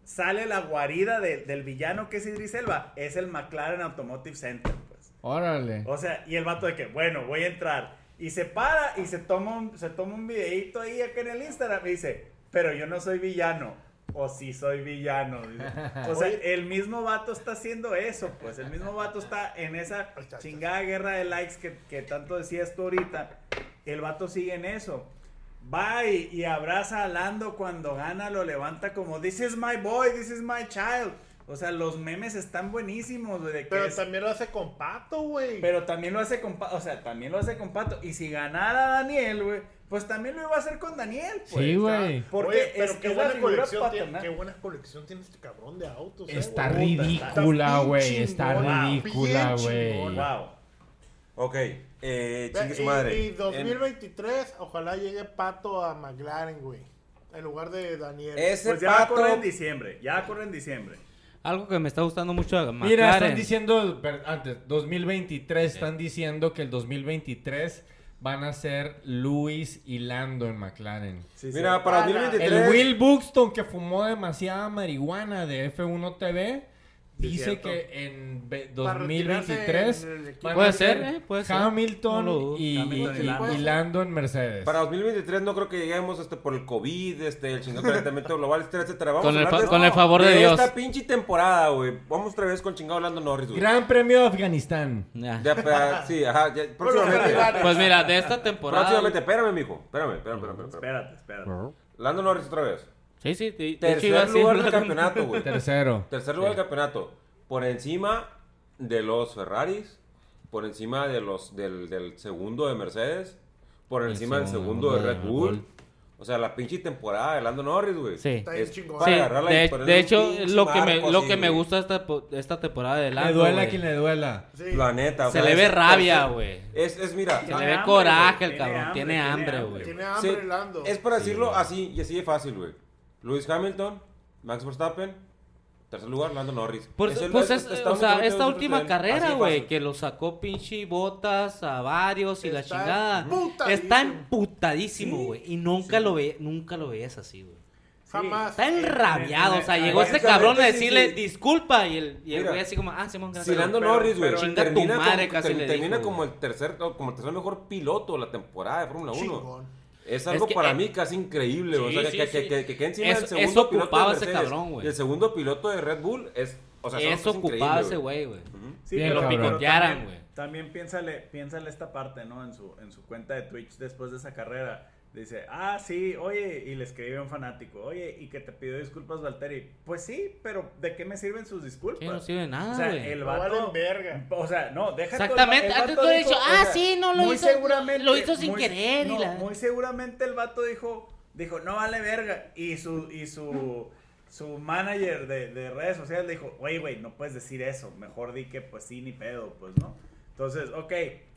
sale la guarida de- del villano que es Idris Elba. Es el McLaren Automotive Center, pues. Órale. O sea, y el vato de que, bueno, voy a entrar. Y se para y se toma un, se toma un videíto ahí acá en el Instagram y dice, pero yo no soy villano. O sí soy villano. dice. O sea, Oye. el mismo vato está haciendo eso, pues. El mismo vato está en esa chingada guerra de likes que, que tanto decías tú ahorita. El vato sigue en eso. Va y, y abraza a Lando cuando gana, lo levanta como, this is my boy, this is my child. O sea, los memes están buenísimos, güey, de que Pero es- también lo hace con Pato, güey. pero también lo hace con Pato, o sea, también lo hace con Pato. Y si ganara Daniel, güey, pues también lo iba a hacer con Daniel, pues. Sí, güey. ¿sabes? Porque Oye, pero es, qué, es la buena figura colección tiene, paternal. qué buena colección tiene este cabrón de autos. eh, Está güey. Puta, ridícula, bien güey, está chingona, ridícula, bien güey. chingona. Wow. Ok, eh, chingue su Y- madre. Y, En- 2023, ojalá llegue Pato a McLaren, güey. En lugar de Daniel. Ese Pues ya pato. corre en diciembre, ya corre en diciembre. Algo que me está gustando mucho de Mira, McLaren. están diciendo, per- antes, 2023, están diciendo que el 2023 van a ser Luis y Lando en McLaren. Mira, para Ah, Ala. 2023. El Will Buxton, que fumó demasiada marihuana de F1 TV, Sí, dice cierto. que en ve- Para retirarse 2023 en el equipo. van a Puede ser, ¿eh? Puede ser. Hamilton No lo dudo. y, Hamilton y y- Lando. y Lando en Mercedes. Para 2023 no creo que lleguemos este, por el COVID, este, el chingado calentamiento global, etcétera, etcétera. Vamos Con a el hablar fa- de- con el favor de Dios. esta pinche temporada, güey. Vamos otra vez con chingado hablando Norris, güey. Gran Premio de Afganistán. Nah. Ya, pa- sí, ajá, ya, próximamente. Pues mira, de esta Próximamente, temporada. espérame, mijo. Espérame, espérame, espérame. espérame. Espérate, espérate. Lando Norris otra vez. Sí, sí, de- de hecho iba a Tercer decir- lugar del campeonato, güey. Tercero. Tercer lugar del campeonato. Por encima de los Ferraris. Por encima de los, del, del segundo de Mercedes. Por El encima del segundo de Red Bull. O sea, la pinche temporada de Lando Norris, güey. Sí. Está bien Es chingón. Sí, para agarrarla y de, ponerle de un hecho, pinche lo que me, marco lo así, que me güey. gusta esta, po- esta temporada de Le Lando, duela a güey. quien le duela. Sí. La neta, o Se sea, le ve es- rabia, es- güey. Es, es, mira, Se le Tiene ve hambre, coraje güey, el cabrón. tiene Tiene hambre, hambre, tiene güey. Tiene hambre se- Lando. es para decirlo güey. así y así de fácil, güey. Lewis Hamilton, Max Verstappen, tercer lugar, Lando Norris. Pues, Es el- pues es- es, está o sea, únicamente esta dos última frente a él, así carrera, de güey, fácil. que lo sacó pinche botas a varios y la Está chingada. emputadísimo. Está emputadísimo, güey. Y nunca lo ve, nunca lo veías así, güey. Jamás. Está enrabiado, o sea, eh, llegó este honestamente, cabrón a sí, decirle sí. disculpa y el, y el Mira, güey así como, ah, Simón, Si gracias. Lando pero- Norris, güey, pero- Chinga tu termina, madre, como, casi ter- le termina dijo, como güey. el tercer o como el tercer mejor piloto de la temporada de Fórmula 1. Chingón. Es algo que, para eh, mí casi increíble, güey. o sea, sí, sí, que, que, sí. que, que quede encima Eso- del segundo eso piloto ocupaba de ese Mercedes cabrón, güey. y el segundo piloto de Red Bull es, o sea, son Eso cosas ocupaba increíbles, ese güey, güey. Ujú. Sí, Bien, pero- cabrón. pero Picotearan, también- güey. También piénsale, piénsale esta parte, ¿no? En su, en su cuenta de Twitch después de esa carrera. Dice, ah, sí, oye, y le escribe a un fanático, oye, y que te pidió disculpas, Valtteri. Pues sí, pero ¿de qué me sirven sus disculpas? Sí, no sirve nada, O sea, güey. el No vato. valen verga. O sea, no, deja tú, el va- Exactamente, el vato antes tú hubieras dijo, dicho, o "Ah, sí, no, lo muy hizo- seguramente- lo hizo sin muy- querer y no, la- Muy seguramente el vato dijo, dijo, no vale verga. Y su, y su, su manager de, de redes sociales le dijo, güey, güey, no puedes decir eso. Mejor di que, pues sí, ni pedo, pues, ¿no? Entonces, ok,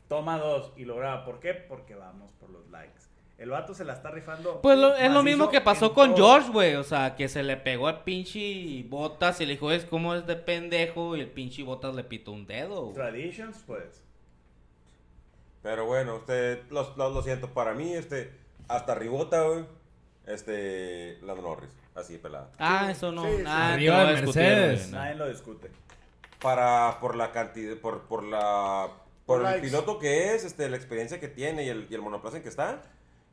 toma dos y lo graba. ¿Por qué? Porque vamos por los likes. El vato se la está rifando. Pues lo- es macizo lo mismo que en pasó con todo. George, güey. O sea, que se le pegó al pinche Botas y le dijo, es como es de pendejo. Y el pinche Botas le pitó un dedo, güey. Traditions, pues. Pero bueno, usted, los- los- lo siento, para mí, este, hasta ribota, güey, este, Lando Norris, así pelada. Ah, eso no. Sí, sí. nada que Arriba no de discutir, Mercedes. güey, Nadie no. lo discute. Para, por la cantidad, por, por la, Por por la el ex- piloto que es, este, la experiencia que tiene y el, y el monoplaza en que está,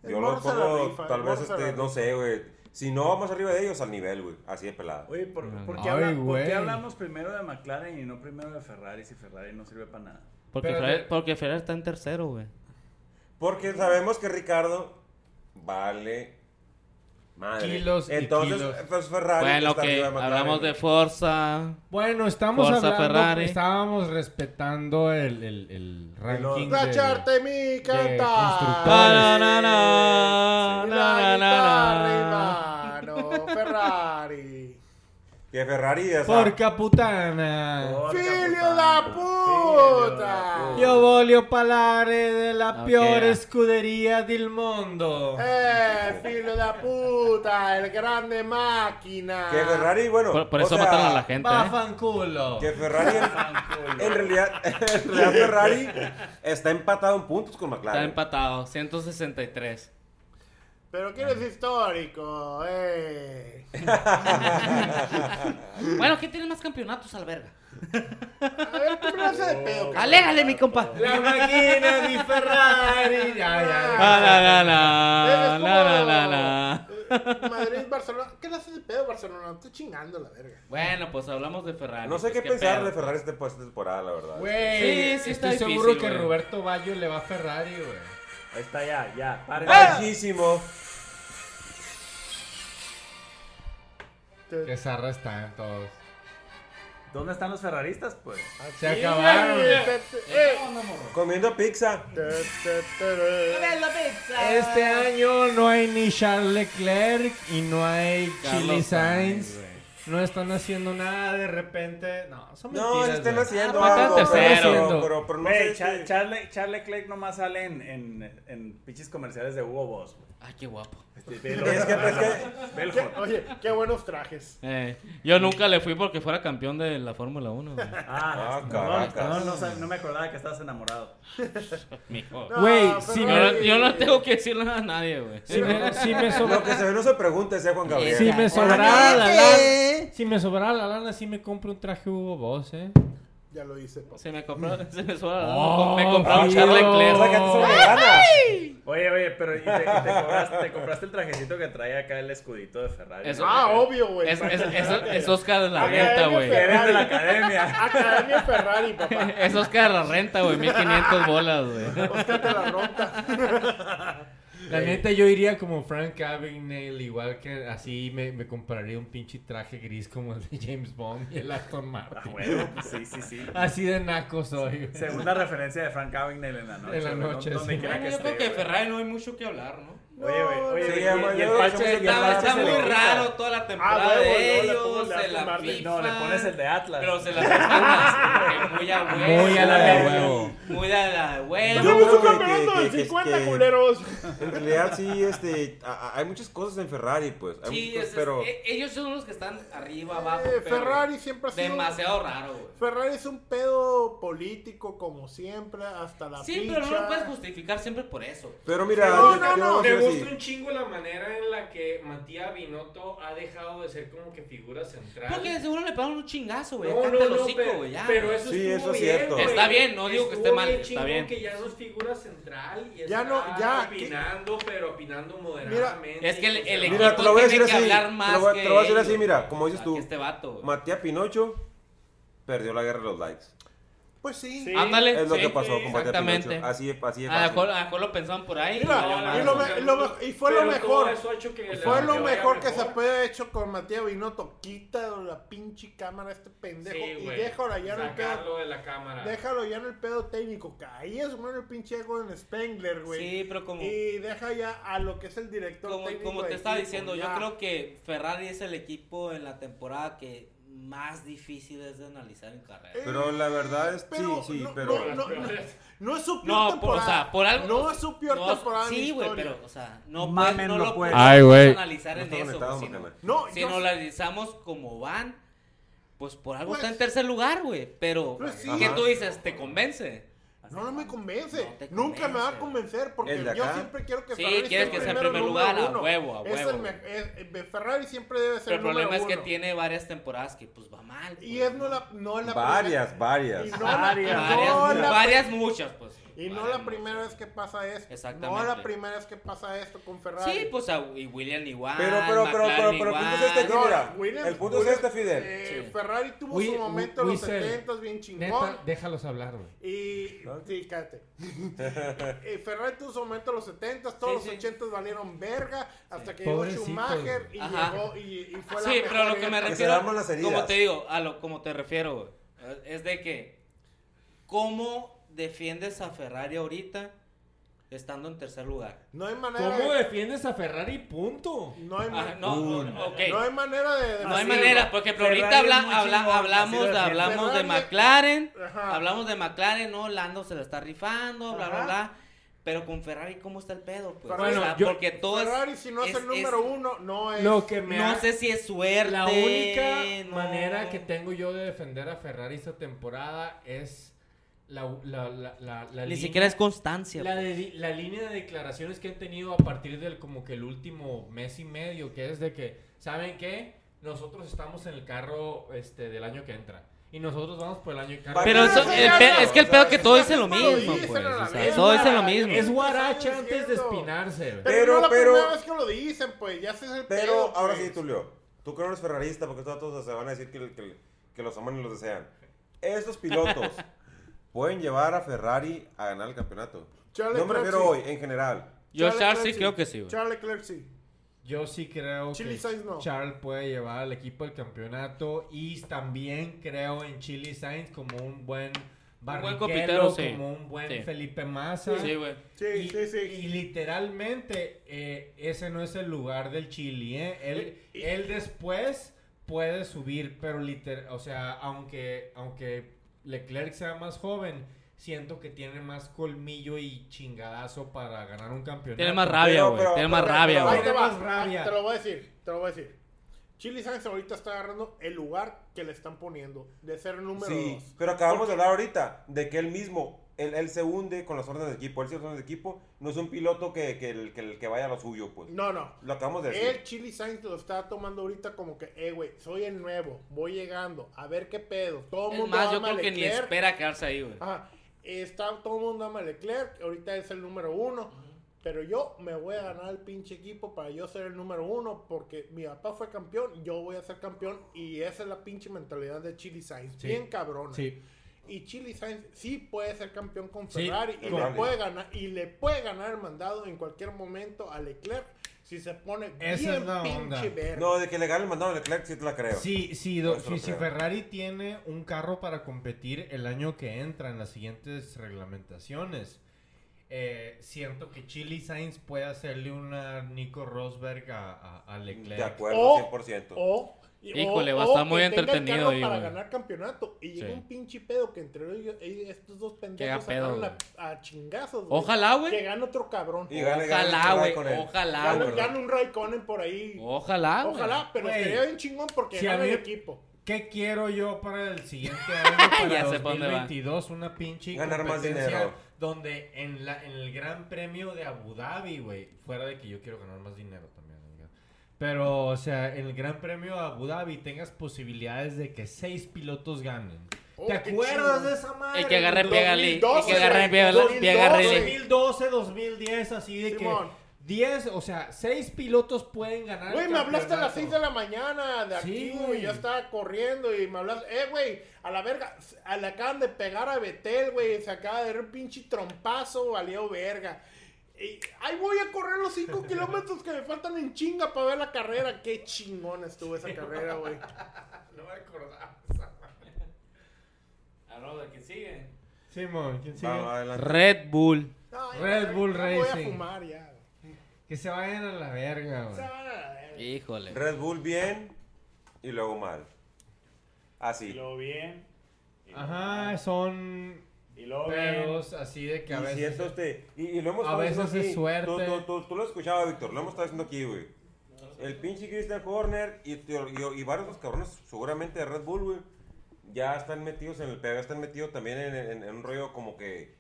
El yo lo Norris se la pongo, rifa, tal el vez, Norris se la este, no rifa. sé, güey, si no vamos arriba de ellos, al nivel, güey, así de pelada. Oye, ¿por, No, por no. qué habla- Ay, por güey. qué hablamos primero de McLaren y no primero de Ferrari si Ferrari no sirve para nada? Porque, Pero Ferrari, te- porque Ferrari está en tercero, güey. Porque sabemos que Ricardo vale madre. Kilos y Entonces, kilos. pues Ferrari Bueno, está que arriba de McLaren, hablamos de güey. Forza. Bueno, estamos Forza hablando, Ferrari. estábamos respetando el, el, el ranking de- Racharte mi constructores. Na, canta. na, na, La na, na, guitarra na. en mano, Ferrari. Que Ferrari o sea, Por Caputana. Por ¡Filio capután, da güey. puta! ¡Filio da puta! Io voglio parlare della Ok. pior scuderia del mondo. ¡Eh, filo de puta! ¡El grande máquina! Que Ferrari, bueno. Por, por o eso sea, mataron a la gente, ¿eh? Vaffanculo. Que Ferrari, en, en realidad, en realidad Ferrari está empatado en puntos con Está McLaren. empatado, 163. Pero que eres histórico, eh. bueno, ¿quién tiene más campeonatos al verga? A ver, tú me lo haces de pedo, cabrón. Alégale, mi compa. La máquina di Ferrari. Ya, ya, ya. Ah. La, la, la, la, Eres la, como- eh, la, la. Madrid, Barcelona. ¿Qué le haces de pedo, Barcelona? Estoy chingando la verga. Bueno, pues hablamos de Ferrari. No sé pues, qué pensar pedo. de Ferrari este- esta temporada, la verdad. Güey, Sí, sí está estoy seguro difícil, que güey. Roberto Bayo le va a Ferrari, güey. Ahí está ya, ya. Paren. Ah. Bellísimo. Te- Que zarra están todos. ¿Dónde están los ferraristas, pues? Se Aquí, acabaron. eh, te- te- eh. Comiendo pizza. Te- te- te- Este año no hay ni Charles Leclerc y no hay Carlos Chili Sainz, Sainz. güey. No están haciendo nada de repente. No, son mentiras. No, sí están güey. haciendo Ah, algo, están pero, tercero. pero, pero, pero no Güey, sé. Char- si- Charlie, Charlie Clegg nomás sale en, en, en pinches comerciales de Hugo Boss. güey. Ay, qué guapo. Este, velo, Es que, velo, es que, velo. Qué- Oye, qué buenos trajes. Eh, yo nunca le fui porque fuera campeón de la Fórmula 1. güey. Ah, Ah, caracas. no, no, no, sab- no me acordaba que estabas enamorado. Mijo. No, Güey, pero eh, si Yo me- no- yo no tengo que decir nada a nadie, güey. Si me, si me lo que sobra- se ve no se pregunta, decía Juan Gabriel. si me sobrara la lana, si me sobrara la lana, sí me compro un traje Hugo Boss, eh. Ya lo hice, papá. Se me compró, se me sobra la lana, Oh, me compró un tío. Charles Leclerc. Sácate sobre ganas. Oye, oye, pero ¿y te, y te cobraste- te compraste el trajecito que traía acá el escudito de Ferrari. Eso- Ah, obvio, güey. Es, es, es- es Oscar de la Academia renta, güey. Que eres de la academia. Academia Ferrari, papá. Es Oscar de la renta, güey. 1500 bolas, güey. Oscar te la rompa. La neta, yo iría como Frank Abagnale, igual que así me, me compraría un pinche traje gris como el de James Bond y el Aston Ah, Martin. bueno, pues sí, sí, sí. Así de naco soy, güey. Segunda referencia de Frank Abagnale en la noche. En la güey, noche, don- donde sí. quiera que esté, güey. no hay mucho que hablar, ¿no? Oye, güey, oye, Sí, güey, y- ya, y, ya, el parche, ya, y el ya, Está, parche está se muy le quita. raro toda la temporada Ah, huevo, de no, le pongo ellos, el de se Aston la Martin. FIFA, No, le pones el de Atlas. Pero se la fifan muy a huevo. Muy a la huevo. Muy a la huevo. Yo ¡Somos creo un que- campeonato que- de que- que- 50 que- culeros! En realidad sí, este, a- a- hay muchas cosas en Ferrari, pues. Hay Sí, muchas es- cosas, pero es- e- ellos son los que están arriba, abajo. Eh, pero Ferrari siempre ha sido. Demasiado raro, güey. Ferrari es un pedo político, como siempre, hasta la Sí, fecha. pero no lo puedes justificar siempre por eso. pero mira, No, yo- no, yo no, voy a Me decir gusta así. un chingo la manera en la que Matías Binotto ha dejado de ser como que figura central. Porque de seguro le pegaron un chingazo, güey. No, Acá no, te no, el hocico, pero, güey, ya. pero eso Sí, estuvo eso es bien, cierto. güey. Está bien, no digo que esté Estuvo mal, está chingón bien. que ya no es figura central y Ya ya no, ya, ¿qué? opinando, pero opinando moderadamente. es que el- y, pues o sea, el Mira, te lo voy a Tiene decir que así. hablar te más lo voy a- que te lo voy a decir ellos, así, güey. mira, como dices Aquí tú, Este vato, güey. Matías Pinocho perdió la guerra de los likes. Pues sí. Sí. Ándale. Es lo sí, que pasó con Matías Exactamente. Ah, Pinocho. Así es, así es. A lo fácil. mejor, a lo mejor lo pensaban por ahí. Mira, valió y madre, lo güey. me- y lo me- y fue lo Pero todo mejor. eso ha hecho que la- Fue lo que vaya mejor que se puede haber hecho con Matías Binotto. Quita la pinche cámara a este Sí, pendejo y güey. déjalo ya en el pedo. Sacarlo de la cámara. Déjalo ya en el pedo técnico. que Ahí es bueno el pinche ego en Spengler, güey. Sí, pero como, Y deja ya a lo que es el director como, técnico. como te del estaba equipo, diciendo, yo ya. creo que Ferrari es el equipo en la temporada que más difícil es de analizar en carrera. Eh, Pero la verdad es, Pero sí, sí, no, pero... no, no, no. No es su peor No, por- o temporada. sea, por algo. No es su peor no, temporada. en Sí, güey, historia. pero, o sea, no, Mamen, puedes- no no lo puede. puedes Ay, güey. analizar No en está eso. conectado, güey, si no, Macamer. No, si yo- no lo analizamos como van, pues por algo está Pues- en tercer lugar, güey. Pero, Pues sí. ¿qué Ajá. tú dices? ¿Te convence? no, no me No convence. te Nunca me va a convence. convencer porque El de yo acá. siempre quiero que Sí, Ferrari quieres esté que sea en primero, primer número lugar, a uno. huevo, a Es el huevo. me- es- eh, Ferrari siempre debe ser Pero el problema es número que uno. tiene varias temporadas que pues va mal. Y pues, es no la, no es la Varias, primera- varias. y no la- Varias. Varias, no la- varias muchas, pues. Y no Varias la primera muchas. vez que pasa esto. Exactamente. No la primera vez que pasa esto con Ferrari. Sí, pues a- y William igual. Pero, pero, pero, McLaren pero, pero, el punto es este, igual. No, mira, Williams- el punto es Williams, este, Fidel. eh, Sí. Ferrari tuvo Wi- su momento en los Wi- Wiesel, 70 bien chingón. Neta, déjalos hablar, güey. Y ¿No? sí, cállate. Eh, Ferrari tuvo su momento en los 70, todos Sí, los sí. 80 valieron verga, hasta que Pobrecito, llegó Schumacher y, güey. Ajá. llegó, y, y fue la Sí, pero a lo mejor que me época. se refiero. arman las heridas. Como te digo, a lo como te refiero, güey, eh, es de que cómo defiendes a Ferrari ahorita estando en tercer lugar. No hay manera ¿Cómo de, defiendes a Ferrari? Punto. no hay, ma- Ah, no, Uh, ok. no hay manera de, de- No hay sí, manera, porque pero ahorita Ferrari es habla- muy habla- chingón, hablamos, así lo hablamos de defiendo. McLaren, Ajá. hablamos de McLaren, no, Lando se la está rifando, bla, Ah. Ajá. bla, bla. Pero con Ferrari, ¿cómo está el pedo? Pues? Ferrari- O sea, yo- porque todo es- Ferrari, si no es, es- el número es- uno, no es. Lo que me No ha- sé si es suerte. La única no. manera que tengo yo de defender a Ferrari esta temporada es la, la, la, la, la Ni línea- siquiera es constancia. pues. la, de- la línea de declaraciones que han tenido a partir del como que el último mes y medio, que es de que, ¿saben qué? Nosotros estamos en el carro este, del año que entra. Y nosotros vamos por el año de Pero Pero Ah, eso- sí, el ya pe- no, es que el o pedo sea, que es todo la dice lo mismo, mismo, dicen pues. a la o sea, verga. todo dice lo Es mismo. Es guaracha Están antes de diciendo. espinarse. Pero, no es la pero- primera vez que lo dicen, pues ya se es el Pero pedo, ahora pues. sí, Tulio, tú que no eres ferrarista, porque todos- todos se van a decir que, el- que el- que los aman y los desean. Estos pilotos pueden llevar a Ferrari a ganar el campeonato. Charlie no me Clancy. refiero hoy, en general. Yo Charles Charles sí Clancy. creo que sí, güey. Charles Clerc sí. Yo sí creo Chili que Sainz no. Charles puede llevar al equipo al campeonato y también creo en Chili Sainz como un buen barriquero, compitero, sí. como un buen Sí. Felipe Massa. Sí, güey. Sí, y, sí, sí. y literalmente eh, ese no es el lugar del Chili, ¿eh? Él, Y- él después puede subir, pero literal, o sea, aunque, aunque Leclerc sea más joven, siento que tiene más colmillo y chingadazo para ganar un campeonato. Tiene más rabia, Pero- güey. pero- Tiene más pero- rabia, Ahí güey. te Tiene va, más rabia. Te lo voy a decir, te lo voy a decir. Chili Sainz ahorita está agarrando el lugar que le están poniendo de ser número sí, 2. pero acabamos de hablar ahorita de que él mismo, él, él se hunde con las órdenes de equipo. Él sí las órdenes de equipo no es un piloto que, que el, que el que vaya a lo suyo, pues. No, no. Lo acabamos de decir. El Chili Sainz lo está tomando ahorita como que, eh, güey, soy el nuevo, voy llegando, a ver qué pedo. Todo el Es mundo más, yo ama a creo que ni Leclerc. Ah, espera quedarse ahí, güey. Ajá. Está todo el mundo ama a Leclerc, ahorita es el número uno. Pero yo me voy a ganar el pinche equipo para yo ser el número uno, porque mi papá fue campeón, yo voy a ser campeón, y esa es la pinche mentalidad de Chili Sainz. Sí. Bien cabrona. Sí. Y Chili Sainz sí puede ser campeón con Sí, Ferrari y, le totalmente. puede ganar, y le puede ganar el mandado en cualquier momento a Leclerc si se pone Esa bien es la onda. pinche verde. No, de que le gane el mandado a Leclerc sí te la creo. Sí, sí, do- Eso sí, lo si creo. Ferrari tiene un carro para competir el año que entra en las siguientes reglamentaciones, eh, siento que Chili Sainz puede hacerle una Nico Rosberg a, a- a Leclerc. De acuerdo, O- 100%. O, y- Híjole, o- va a o estar que muy tenga el entretenido carro ahí, para güey. ganar campeonato. Y llega Sí. un pinche pedo que entre ellos, ellos- estos dos pendejos pedo, sacaron güey. a, a chingazos. güey. Ojalá, pues, Que güey. gane otro cabrón. Y gane- Ojalá, gane güey. con él. Ojalá, Gane- güey. gane un Raikkonen por ahí. Ojalá, güey. Ojalá, pero Güey. sería bien chingón porque Si a gana el mí- equipo. ¿Qué quiero yo para el siguiente año, para Ya sé pa' dónde va. 2022? Una pinche Ganar más competencia dinero. Donde en, la, en el Gran Premio de Abu Dhabi, güey, fuera de que yo quiero ganar más dinero también, amiga. pero, o sea, en el Gran Premio de Abu Dhabi tengas posibilidades de que seis pilotos ganen. Oh, ¿Te qué acuerdas chingón. de esa madre? El que agarre, güey? pégale. El 2012, que agarre, pégale. 2012. pégale. 2012, 2010, así de que Simón. 10, o sea, seis pilotos pueden ganar. el Güey, me hablaste a las 6 campeonato. de la mañana de Sí, aquí, güey. güey. Yo estaba corriendo y me hablaste. Eh, güey, a la verga. a- Le acaban de pegar a Betel, güey. Se acaba de dar un pinche trompazo, valió verga. Y ahí voy a correr los 5 kilómetros que me faltan en chinga para ver la carrera. Qué chingona estuvo esa carrera, güey. No me acordaba esa madre. Hablamos de Ah, que sigue. Simón, ¿quién sigue? Va, va, adelante. Red Bull. Ay, Red ya- Bull ya Voy a Racing. fumar ya. Que se vayan a la verga, O güey. sea, van a la verga. Híjole. Red Bull bien y luego mal. Así. Y luego bien. y luego Ajá, mal, son Y luego bien. pedos así de que a y veces. siento este- y, y lo hemos a estado veces diciendo es aquí. suerte. Tú, tú- tú- tú lo escuchabas, Víctor, lo hemos estado diciendo aquí, güey. El pinche Christian Horner y, tío- y- y varios de los cabrones, seguramente de Red Bull, güey, ya están metidos en el pedo, están metidos también en, en- en un rollo como que.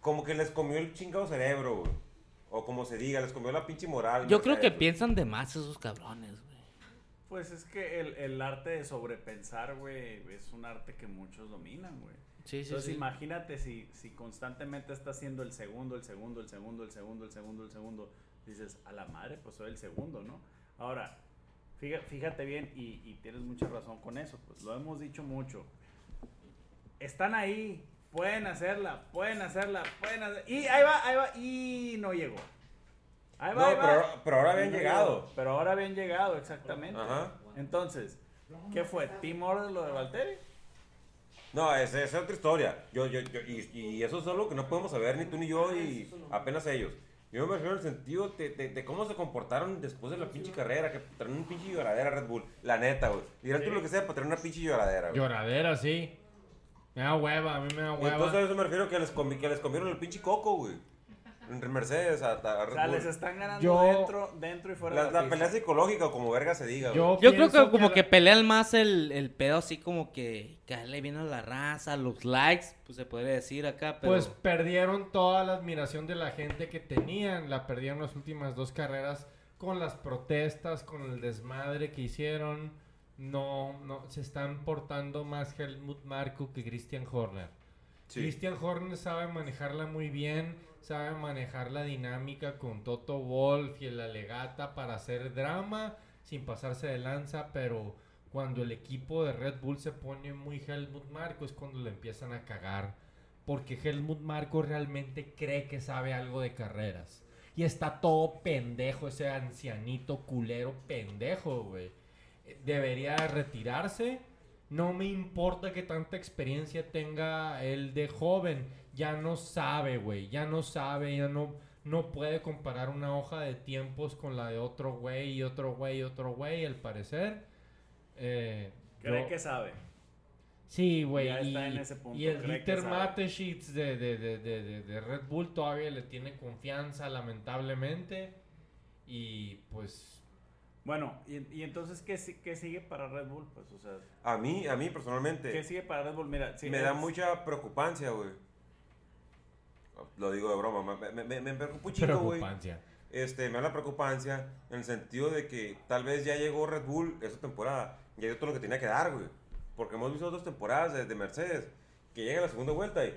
Como que les comió el chingado cerebro, güey. O como se diga, les comió la pinche moral. Yo creo que Mercedes, güey. piensan de más esos cabrones, güey. Pues es que el, el arte de sobrepensar, güey, es un arte que muchos dominan, güey. Sí, sí, Entonces sí. imagínate si, si constantemente estás siendo el segundo, el segundo, el segundo, el segundo, el segundo, el segundo. Dices, a la madre, pues soy el segundo, ¿no? Ahora, fija- fíjate bien y, y tienes mucha razón con eso, pues lo hemos dicho mucho. Están ahí, pueden hacerla, pueden hacerla, pueden hacerla. Y ahí va, ahí va, y no llegó. Ahí va, No, ahí va. pero, pero ahora habían No llegado. llegó, Pero ahora habían llegado, exactamente. Ajá. Entonces, ¿qué fue? ¿Team Order lo de Valtteri? No, esa es otra historia. Yo, yo, yo- y, y eso es algo que no podemos saber ni tú ni Ah, yo y apenas ellos. Yo me refiero al sentido de, de- de cómo se comportaron después de la pinche carrera, que traen un pinche lloradera Red Bull. La neta, güey. Dirán tú lo que sea para traer una pinche lloradera, güey. Lloradera, sí. Me da hueva, a mí me da Y hueva. entonces a eso me refiero que les, comi- que les comieron el pinche coco, güey. En Mercedes, a, a O Red sea, Bull. les están ganando Yo- dentro, dentro y fuera La, de la la, pelea pista. psicológica, o como verga se diga, güey. Yo, Yo creo pienso que como que la- pelean más el, el pedo así como que caerle bien a la raza, los likes, pues se podría decir acá, pero Pues perdieron toda la admiración de la gente que tenían. La perdieron las últimas dos carreras con las protestas, con el desmadre que hicieron. no, no, se están portando más Helmut Marco que Christian Horner. Sí. Christian Horner sabe manejarla muy bien, sabe manejar la dinámica con Toto Wolf y el Alegata para hacer drama sin pasarse de lanza, pero cuando el equipo de Red Bull se pone muy Helmut Marco es cuando le empiezan a cagar, porque Helmut Marco realmente cree que sabe algo de carreras. Y está todo pendejo, ese ancianito culero pendejo, güey. Debería retirarse. No me importa que tanta experiencia tenga él de joven. Ya no sabe, güey. Ya no sabe, ya no, no puede comparar una hoja de tiempos con la de otro güey y otro güey y otro güey, al parecer. Eh, Cree yo- que sabe. Sí, güey. Ya Y, está en ese punto, y el cree que Dieter sabe. Mateschitz de, de, de, de, de- de Red Bull todavía le tiene confianza, lamentablemente. Y pues. Bueno, y, y entonces, ¿qué, si- qué sigue para Red Bull? Pues, o sea, A mí, a mí personalmente. ¿qué sigue para Red Bull? Mira, si me da es- mucha preocupancia, güey. Lo digo de broma, me, me- me- me preocupa un chingo, güey. preocupancia. Este, me da la preocupancia en el sentido de que tal vez ya llegó Red Bull esa temporada, ya dio todo lo que tenía que dar, güey. Porque hemos visto otras temporadas de, de Mercedes que llega a la segunda vuelta y,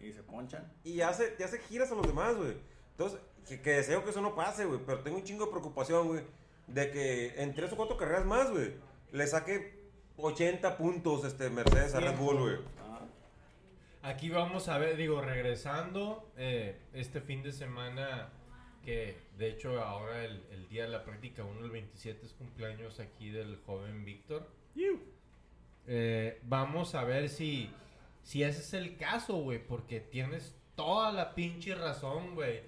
Y se ponchan. y hace, y hace giras a los demás, güey. Entonces, que, que deseo que eso no pase, güey. Pero tengo un chingo de preocupación, güey, de que en tres o cuatro carreras más, güey, le saque 80 puntos este Mercedes a Red Bull, güey. Ah, Aquí vamos a ver, digo, regresando eh, este fin de semana, que de hecho ahora el, el día de la práctica 1, el 27 es cumpleaños aquí del joven Víctor. Eh, vamos a ver si, si ese es el caso, güey, porque tienes toda la pinche razón, güey.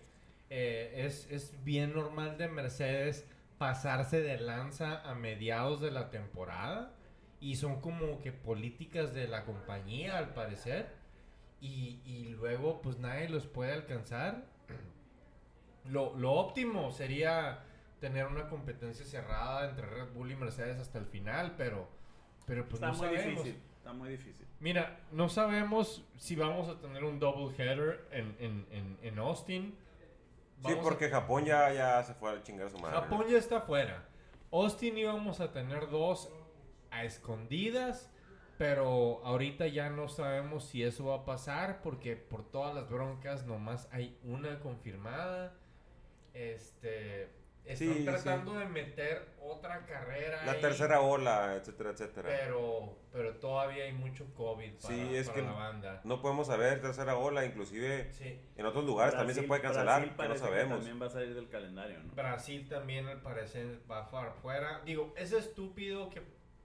Eh, es, es bien normal de Mercedes pasarse de lanza a mediados de la temporada y son como que políticas de la compañía al parecer y, y luego pues nadie los puede alcanzar. Lo, lo óptimo sería tener una competencia cerrada entre Red Bull y Mercedes hasta el final, pero, pero pues está no muy sabemos. difícil. Está muy difícil. Mira, no sabemos si vamos a tener un double header en, en, en, en Austin. Sí, Vamos a- porque Japón ya, ya se fue a chingar a su madre. Japón ya está fuera. Austin íbamos a tener dos a escondidas, pero ahorita ya no sabemos si eso va a pasar porque por todas las broncas nomás hay una confirmada. Este están Sí, tratando de meter otra carrera. La ahí, tercera ola, etcétera, etcétera. Pero pero todavía hay mucho COVID para, Sí, es para que- la banda. No podemos saber tercera ola, inclusive Sí. en otros lugares también se Brasil- puede cancelar, Brasil que no parece sabemos. también va a salir del calendario, ¿no? Brasil también al parecer va a far fuera. Digo, es estúpido que,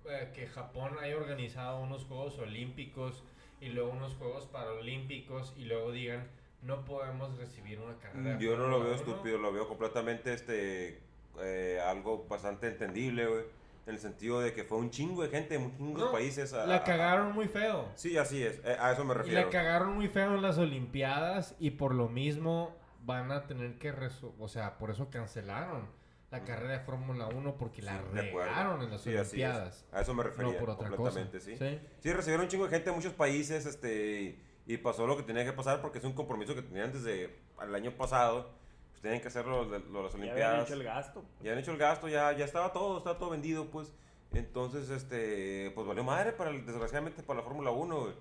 eh, que Japón haya organizado unos Juegos Olímpicos y luego unos Juegos Paralímpicos y luego digan no podemos recibir una carrera. Yo no lo veo Fórmula Uno". estúpido, lo veo completamente este eh, algo bastante entendible, güey. En el sentido de que fue un chingo de gente, un chingo de No, países. a- a- La cagaron muy feo. Sí, así es, eh, a eso me Y refiero. la cagaron muy feo en las Olimpiadas y por lo mismo van a tener que, reso- o sea, por eso cancelaron la carrera de Fórmula 1 porque la Sí, de acuerdo. regaron en las Sí, así es. Olimpiadas. A eso me refería No por otra cosa. completamente, sí. Sí, recibieron un chingo de gente de muchos países, este, y- y pasó lo que tenía que pasar porque es un compromiso que tenían desde el año pasado. Pues tenían que hacerlo lo- lo- las Ya habían Olimpiadas. hecho el gasto. Ya han hecho el gasto, ya, ya estaba todo, estaba todo vendido, pues. Entonces, este, pues valió madre para el- desgraciadamente para la Fórmula 1, güey.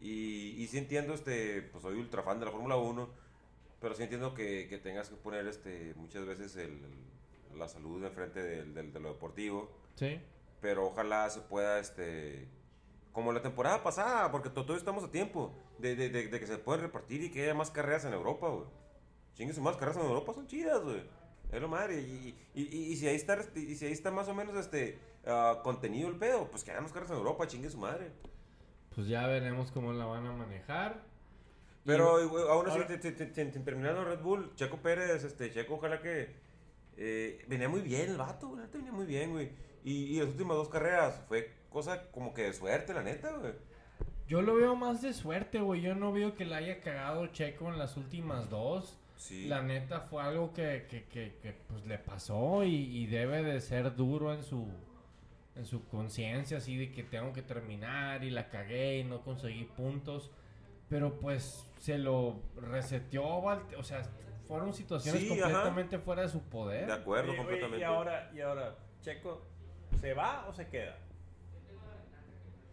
Y, y sí entiendo, este, pues soy ultra fan de la Fórmula 1, pero sí entiendo que, que tengas que poner, este, muchas veces el, el- la salud enfrente del, del- de lo deportivo. Sí. Pero ojalá se pueda, este, como la temporada pasada, porque to- todavía estamos a tiempo de, de- de- de que se pueda repartir y que haya más carreras en Europa, güey. Chingues, más carreras en Europa son chidas, güey. Es lo madre. Y, y- y- y si ahí está, y si ahí está más o menos este ah, contenido el pedo, pues que haya más carreras en Europa, chingue su madre. Pues ya veremos cómo la van a manejar. Pero güey, aún así, te- te- te- te- te- terminando Red Bull, Checo Pérez, este, Checo, ojalá que. eh, venía muy bien el vato, güey, la neta venía muy bien, güey. Y, y las últimas dos carreras fue cosa como que de suerte, la neta, güey. Yo lo veo más de suerte, güey. Yo no veo que la haya cagado Checo en las últimas dos. Sí. La neta fue algo que, que- que- que, pues, le pasó y, y debe de ser duro en su, en su conciencia, así de que tengo que terminar y la cagué y no conseguí puntos. Pero pues se lo reseteó, Valt- o sea, fueron situaciones Sí, ajá. completamente fuera de su poder. De acuerdo, Oye, oye, completamente. y ahora, y ahora, Checo ¿Se va o se queda?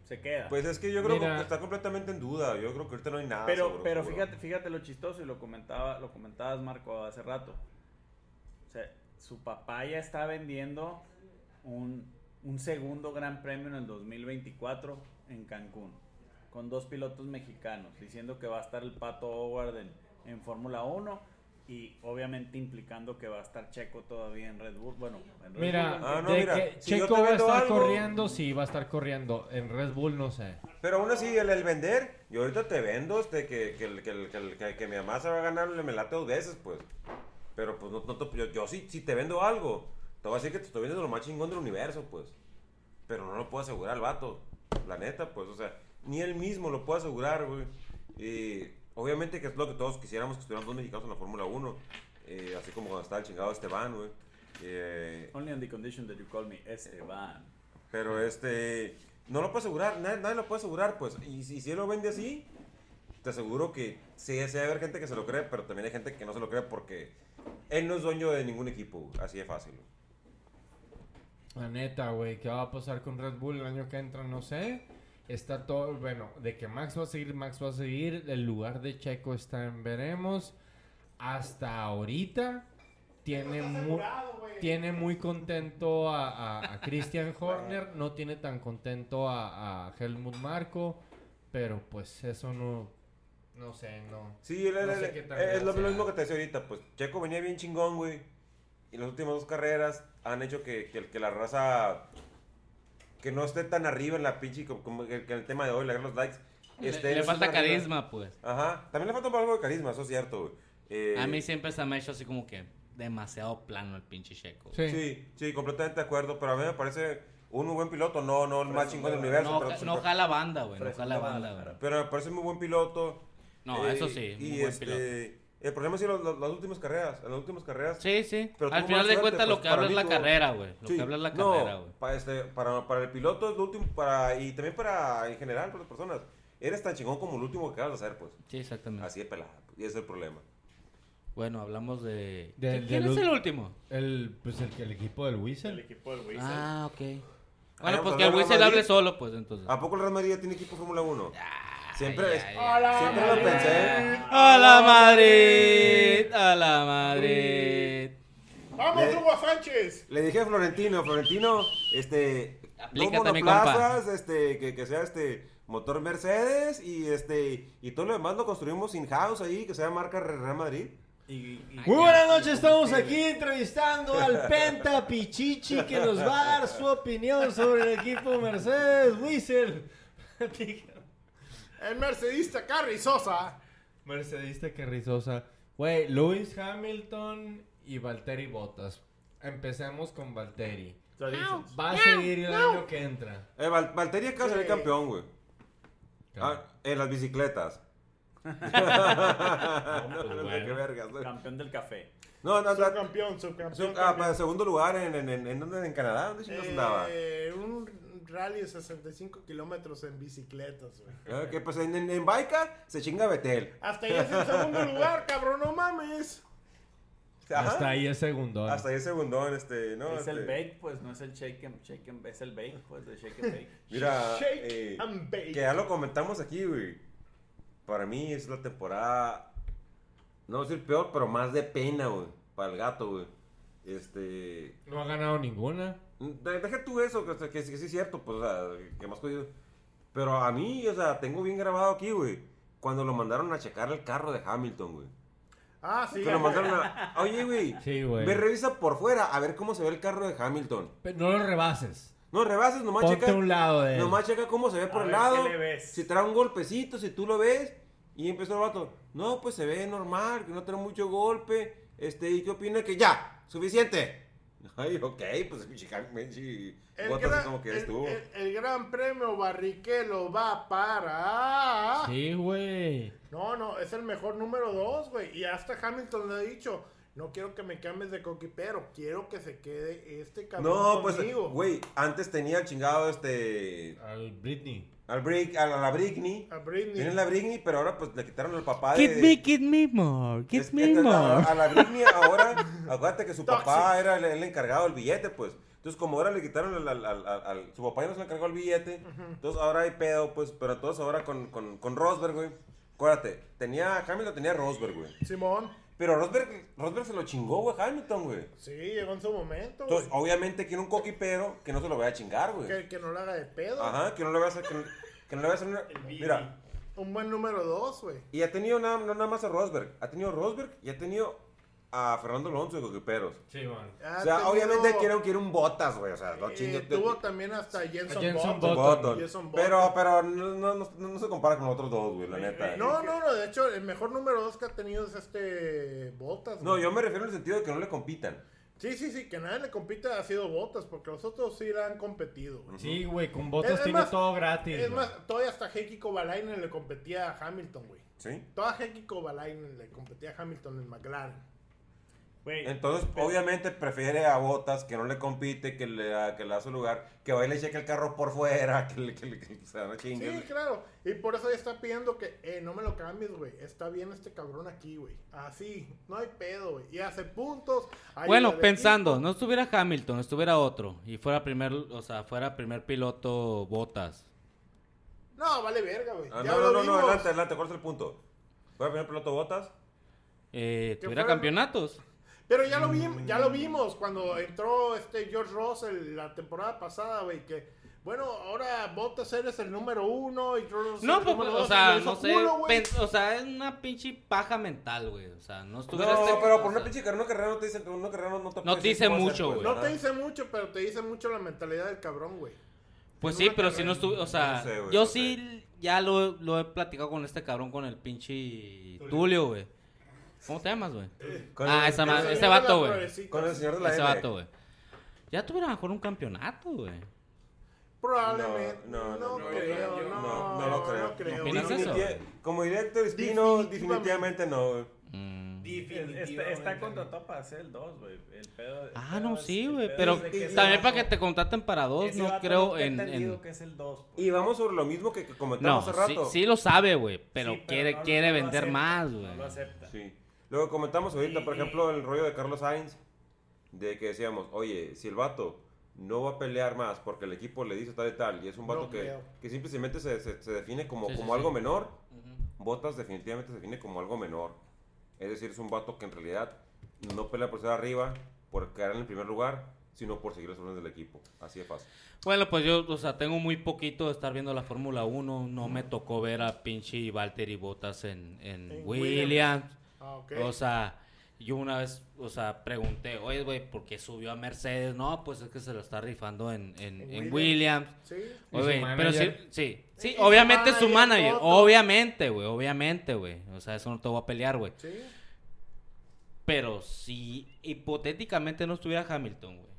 Se queda. Pues es que yo creo Mira. que está completamente en duda. Yo creo que ahorita no hay nada. pero Ah, seguro, pero seguro. fíjate, fíjate lo chistoso y lo comentaba, lo comentabas Marco hace rato. O sea, su papá ya está vendiendo un, un segundo gran premio en el 2024 en Cancún con dos pilotos mexicanos, diciendo que va a estar el Pato Howard en, en Fórmula 1 y obviamente implicando que va a estar Checo todavía en Red Bull. Bueno, en Red Mira, Bull. Ah, no, de mira, que si yo Checo te va a vendo estar algo- corriendo, sí, va a estar corriendo. En Red Bull no sé. Pero aún así, el, el vender, yo ahorita te vendo este, que, que, el- que, el- que, el- que- que mi mamá se va a ganar el melate dos veces, pues. Pero pues no, no te- yo, yo sí, sí te vendo algo. Te voy a decir que te estoy vendiendo lo más chingón del universo, pues. Pero no lo puedo asegurar el vato. La neta, pues, o sea, ni él mismo lo puede asegurar, güey. Y obviamente que es lo que todos quisiéramos que estuvieran dos mexicanos en la Fórmula 1. eh, así como cuando estaba el chingado Esteban, güey. Eh, Only on the condition that you call me Esteban. pero este, no lo puede asegurar, na- nadie, lo puede asegurar, pues. Y si, si él lo vende así, te aseguro que sí, sí va a haber gente que se lo cree, pero también hay gente que no se lo cree porque él no es dueño de ningún equipo, así de fácil. La neta, güey, ¿qué va a pasar con Red Bull el año que entra? No sé. Está todo, bueno, de que Max va a seguir, Max va a seguir. El lugar de Checo está en veremos. Hasta ahorita tiene Está muy, asegurado, güey. tiene muy contento a, a- a Christian Horner, no tiene tan contento a, a Helmut Marco, pero pues eso no, no sé, no. Sí, él, él- No sé él- qué tan él- es lo, real sea. lo mismo que te decía ahorita, pues Checo venía bien chingón, güey. Y las últimas dos carreras han hecho que, que, que la raza que no esté tan arriba en la pinche como, como que, que el tema de hoy, la guerra de los likes. esté no le, le esté falta tan arriba. carisma, pues. Ajá, también le falta un poco de carisma, eso es cierto, güey. Eh, A mí siempre se me ha hecho así como que demasiado plano el pinche Checo. Sí. Sí, sí, completamente de acuerdo, pero a mí me parece un muy buen piloto, no, no el más chingón del universo, No, pero, ca- no jala banda, güey. No Fresco jala de banda, Guadalajara. güey. pero me parece muy buen piloto. No, eh, eso sí, muy y buen este, piloto. El problema es las, las últimas carreras, en las últimas carreras. Sí, sí. Pero Al tuvo final mala de cuentas suerte, lo pues, que para habla es mí la tuvo- carrera, güey. Lo Sí, que habla es la no, carrera, güey. Para, este, para, para el piloto es lo último, para, y también para, en general, para las personas. Eres tan chingón como el último que acabas de hacer, pues. Sí, exactamente. Así de pelada, pues, y ese es el problema. Bueno, hablamos de... Del- ¿Qui- ¿Quién del es ul- el último? El, pues el, el equipo del El Whistle. equipo del Whistle. Ah, ok. vamos Bueno, pues a que el hablar de Whistle Madrid. hable solo, pues, entonces. ¿A poco el Real Madrid ya tiene equipo de Fórmula 1? Ah, siempre es- Hola, Siempre lo pensé. ¡A la Madrid! ¡A la Madrid! Vamos, Le- Hugo Sánchez. Le dije a Florentino, Florentino, este, Aplícate, dos mi monoplazas, este, que, que sea este motor Mercedes y este y todo lo demás lo construimos in house ahí, que sea marca Real Madrid. Muy buenas noches, estamos aquí entrevistando al Penta Pichichi que nos va a dar su opinión sobre el equipo Mercedes Whistle. El mercedista Carri Sosa. Mercedista que rizosa. Güey, Lewis Hamilton y Valtteri Bottas. Empecemos con Valtteri. Traditions. Va a seguir el año que entra. Eh, Val- Valtteri acaba de ser Sí. campeón, güey. Ah, en las bicicletas. no, no, qué vergas. No, Campeón del café. no, no, no, Subcampeón, subcampeón. su- ah, pues, para campeón. segundo lugar en, en, en, en, ¿dónde? en Canadá, ¿dónde chingados andaba? Eh, un rally de 65 kilómetros en bicicletas, güey. Ah, que pues en, en, en Baica se chinga Betel. Hasta ahí es el segundo lugar, cabrón, no mames. Ajá. Hasta ahí es segundo. Hasta ahí segundón, este, no. Es el este, bake, pues no es el shake and, shake and- es el bake, pues de shake and bake. Mira, Shake eh, and bake. que ya lo comentamos aquí, güey. Para mí es la temporada, no voy a decir peor, pero más de pena, güey. Para el gato, güey. Este, No ha ganado ninguna. de- deja tú eso, que, que, que sí es cierto, pues, o sea, que más jodido. Pero a mí, o sea, tengo bien grabado aquí, güey. Cuando lo mandaron a checar el carro de Hamilton, güey. Ah, sí. Que lo mandaron a... Oye, güey. Sí, güey. Ve, revisa por fuera a ver cómo se ve el carro de Hamilton. Pe- No lo rebases. No, rebases, nomás Ponte checa. a un lado de él. Nomás checa cómo se ve por A el ver, lado. ¿qué le ves? Si trae un golpecito, si tú lo ves. Y empezó el vato. No, pues se ve normal, que no trae mucho golpe. Este, ¿y qué opina? Que ya, suficiente. Ay, ok, pues Menchi. El Botas gran, es como que el- estuvo. el- el gran premio Barrichello va para. Sí, güey. No, no, es el mejor número dos, güey. Y hasta Hamilton le ha dicho: No quiero que me cambies de coquipero, quiero que se quede este cabrón. No, pues, conmigo". güey, antes tenía el chingado este. Al Britney. Al Brick, a la, a la Britney. A Britney. Tienen la Britney, pero ahora pues le quitaron al papá de. Kid me, kid me more, kid Es- me es- a, more. a la Britney ahora, acuérdate que su Tóxico. papá era el, el encargado del billete, pues. Entonces, como ahora le quitaron al, al- al- al- al- su papá ya no se le encargó el billete, entonces ahora hay pedo, pues, pero entonces ahora con, con, con Rosberg, güey. Acuérdate, tenía, Hamilton tenía a Rosberg, güey. Simón. Pero Rosberg, Rosberg se lo chingó, güey, Hamilton, güey. Sí, llegó en su momento. Entonces, güey. obviamente quiere un coquipero que no se lo vaya a chingar, güey. que, que no lo haga de pedo. Ajá, que no le vaya a hacer, que no, que no le vaya a hacer una... El Bibi. Mira, Un buen número dos, güey. y ha tenido nada, no nada más a Rosberg, ha tenido a Rosberg y ha tenido a Fernando Alonso de coquiperos. Sí, man. Ha o sea, tenido- obviamente quiere, quiere un Botas, güey, o sea, no eh, chingues. tuvo también hasta Jenson, Jenson Button. Button. Button. Jenson Button. Pero, pero no, no, no, no se compara con los otros dos, güey, la neta. No, no, no, de hecho, el mejor número dos que ha tenido es este Botas. No, yo me refiero en el sentido de que no le compitan. Sí, sí, sí, que nadie le compite ha sido Botas, porque los otros sí la han competido, güey. Sí, güey, con Es- botas es tiene más- todo gratis. Es güey. más, todavía hasta Heikki Kovalainen le competía a Hamilton, güey. ¿Sí? Toda Heikki Kovalainen le competía a Hamilton en McLaren. Güey, Entonces, obviamente prefiere a Botas, que no le compite, que le, a- que le da su lugar, que va y le cheque el carro por fuera, que le, que le- que- o sea, no chingues. Sí, claro. Y por eso ya está pidiendo que, eh, no me lo cambies, güey. Está bien este cabrón aquí, güey. Así, no hay pedo, güey. Y hace puntos. ayuda Bueno, al pensando, no estuviera Hamilton, estuviera otro y fuera primer, o sea, fuera primer piloto Botas. equipo. No, vale verga, güey. Ah, ya no, lo no, no, no, vimos. adelante, adelante, ¿cuál es el punto? ¿Fue el primer piloto Botas? Eh, Que tuviera fuera- campeonatos. Pero ya lo, Mm. vi- ya lo vimos cuando entró este George Russell la temporada pasada, güey. Que, bueno, ahora Bottas eres el número uno y George Russell No, el pues, número o dos, sea, y le no hizo sé, culo, güey. pen- o sea, es una pinche paja mental, güey. O sea, no No, estuviera este- pero o por una sea, pinche carrera no carrera no te dicen, una carrera no, no te puede No pues, te decir dice cómo mucho, hacer, güey. No te ¿verdad? dice mucho, pero te dice mucho la mentalidad del cabrón, güey. Pues en sí, una pero carrera. si no estuve, o No sea, sé, güey, yo no sí ya lo, lo he platicado con este cabrón, con el pinche Tulio, güey. ¿Cómo te llamas, güey? Con Ah, el- esa El madre, señor ese de vato, las güey. florecitas. Con el señor de la Ese M. vato, güey. Ya tuviera mejor un campeonato, güey. Probablemente. No, No, no, no, creo, no, no, No, no lo creo. No creo. ¿Opinas güey. eso? Definitiv- Como director Espino, Definitivamente. definitivamente no, güey. Mm. Está, Definitivamente. está contratado para hacer el 2, güey. El pedo. el Ah, pedo no, es- sí, el güey. pedo Pero es de que ese también vato- para que te contraten para dos, ese no vato creo nunca ha en... entendido en- que es el pues. 2. Y vamos sobre lo mismo que, que No, comentamos hace sí, rato. sí lo sabe, güey. Pero Sí, quiere, no lo- quiere no lo vender acepta, más, No lo güey. acepta. Sí. Lo que comentamos ahorita, por Y- ejemplo, el rollo de Carlos Sainz, de que decíamos, oye, si el vato no va a pelear más porque el equipo le dice tal y tal, y es un vato No que, creo. que simplemente se, se- se define como, Sí, sí, como sí. algo menor, Botas definitivamente se define como algo menor. Es decir, es un vato que en realidad no pelea por ser arriba, por quedar en el primer lugar, sino por seguir las órdenes del equipo. Así de fácil. Bueno, pues yo, o sea, tengo muy poquito de estar viendo la Fórmula 1. No me tocó ver a pinche Valtteri Bottas en, en En Williams. Ah, ok. O sea, yo una vez, o sea, pregunté, oye, güey, ¿por qué subió a Mercedes? No, pues es que se lo está rifando en, en, En en Williams. Williams. Sí. ¿Y Oye, su güey, pero sí, manager? sí, sí, Y su obviamente su manager, manager, todo, todo. obviamente, güey, obviamente, güey. O sea, eso no te voy a pelear, güey. Sí. Pero si hipotéticamente no estuviera Hamilton, güey.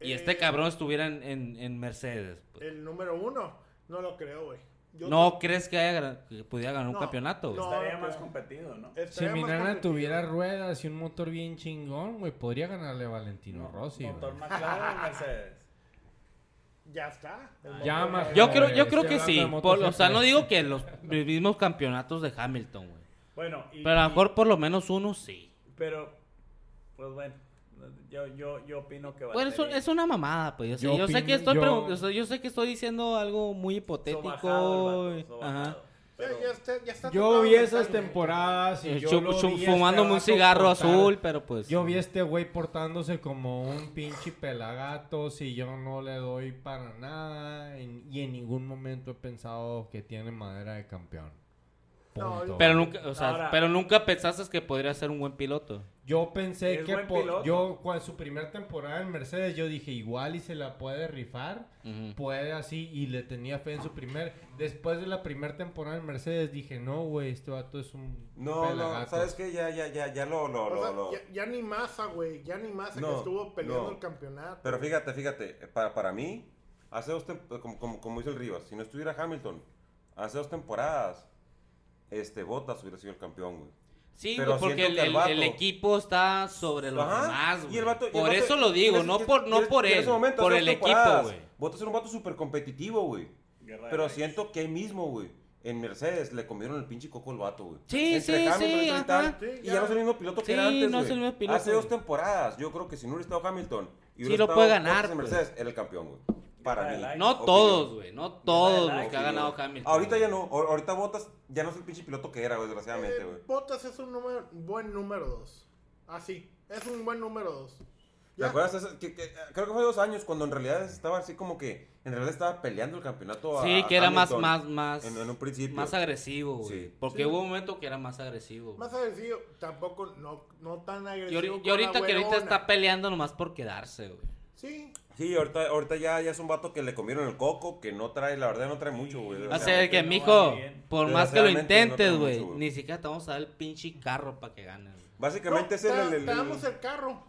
Y este Eh, cabrón estuviera en, en- en Mercedes. pues, El número uno. No lo creo, güey. Yo ¿No crees que, haya, gra- que pudiera ganar un No, campeonato? güey? no. Estaría no más creo. competido, ¿no? Si estaría más Minana competido. tuviera ruedas y un motor bien chingón, güey, podría ganarle a Valentino Rossi. güey. Motor más claro, Mercedes. Ya está. El Ya, número- más- Yo creo, yo Estoy creo que hablando sí. de motos por- o sea, no F1. digo que los mismos campeonatos de Hamilton, güey. Bueno, y, Pero a y- lo mejor por lo menos uno sí. pero, pues bueno, yo, yo, yo opino que va Bueno, a es, un- es una mamada, pues. Yo sé, Yo yo sé que opino- estoy yo- pregun- o sea, yo sé que estoy diciendo algo muy hipotético. y- Ajá. Ya- ya está- ya está Yo tocado vi esas mentalmente. temporadas y yo Eh, Chu- lo chu- vi a este fumándome un vato cigarro portar- azul, pero pues. Yo vi a este güey portándose como un pinche pelagatos y yo no le doy para nada. en- y en ningún momento he pensado que tiene madera de campeón. No, Punto. Pero nunca, o sea, Ahora- pero nunca pensaste que podría ser un buen piloto. Yo pensé Es que buen po- piloto. yo cuando su primera temporada en Mercedes yo dije igual y se la puede rifar, Ujú. puede así y le tenía fe en su primer. Después de la primera temporada en Mercedes dije no güey este vato es un No, no, pelagatos". ¿sabes qué? Ya, ya, ya, ya lo, lo, O sea, lo- lo- ya, ya ni masa, güey. Ya ni masa No, que estuvo peleando no. el campeonato. Pero fíjate, fíjate, para, para mí, hace dos tem- como, como, como hizo el Rivas, si no estuviera Hamilton, hace dos temporadas, este Bottas hubiera sido el campeón, güey. Sí, Pero güey, porque siento el, que el el- vato- el equipo está sobre los Ajá, demás, y güey. el vato- y el Por vato- eso lo y digo, en no ese- por, y no en- por y en él, ese momento, por hace el dos equipo, temporadas, güey. Bottas era un vato súper competitivo, güey. Pero siento que ahí mismo, güey, en Mercedes le comieron el pinche coco al vato, güey. Sí, sí, Hamilton sí, y ajá. Hamilton, Sí, y ya. ya no es el mismo piloto que Sí, era antes, no es güey. el mismo piloto, Hace dos güey. temporadas, yo creo que si no hubiera estado Hamilton y Sí hubiera lo estado puede ganar, Bottas en pues. Mercedes, era el campeón, güey. Para Dale mí. like. No Opinión. todos, güey. No todos Dale los que ha like, ganado Opinión. Hamilton. Ahorita ya güey. no, ahor- ahorita Botas ya no es el pinche piloto que era, güey, desgraciadamente, güey. Eh, Bottas es un número- buen número 2. Así, es un buen número 2. ¿Te acuerdas? ese- que- que- creo que fue dos años cuando en realidad estaba así como que. En realidad estaba peleando el campeonato a. Sí, a que era más, Hamilton más, más. En, en un principio. Más agresivo, güey. Sí. Porque Sí. hubo un momento que era más agresivo. Más agresivo, tampoco, no, no tan Y, agresivo. ori- y con la ahorita que ahorita güerona. está peleando nomás por quedarse, güey. Sí, Sí, ahorita, ahorita ya, ya es un vato que le comieron el coco, que no trae, la verdad no trae mucho, güey. O O sea, sea, que no mijo, va bien. por más que lo Desgraciadamente, no intentes, tenemos güey, mucho, güey. ni siquiera te vamos a dar el pinche carro para que ganes. güey. Básicamente No, es el... te- el- el- te damos el carro.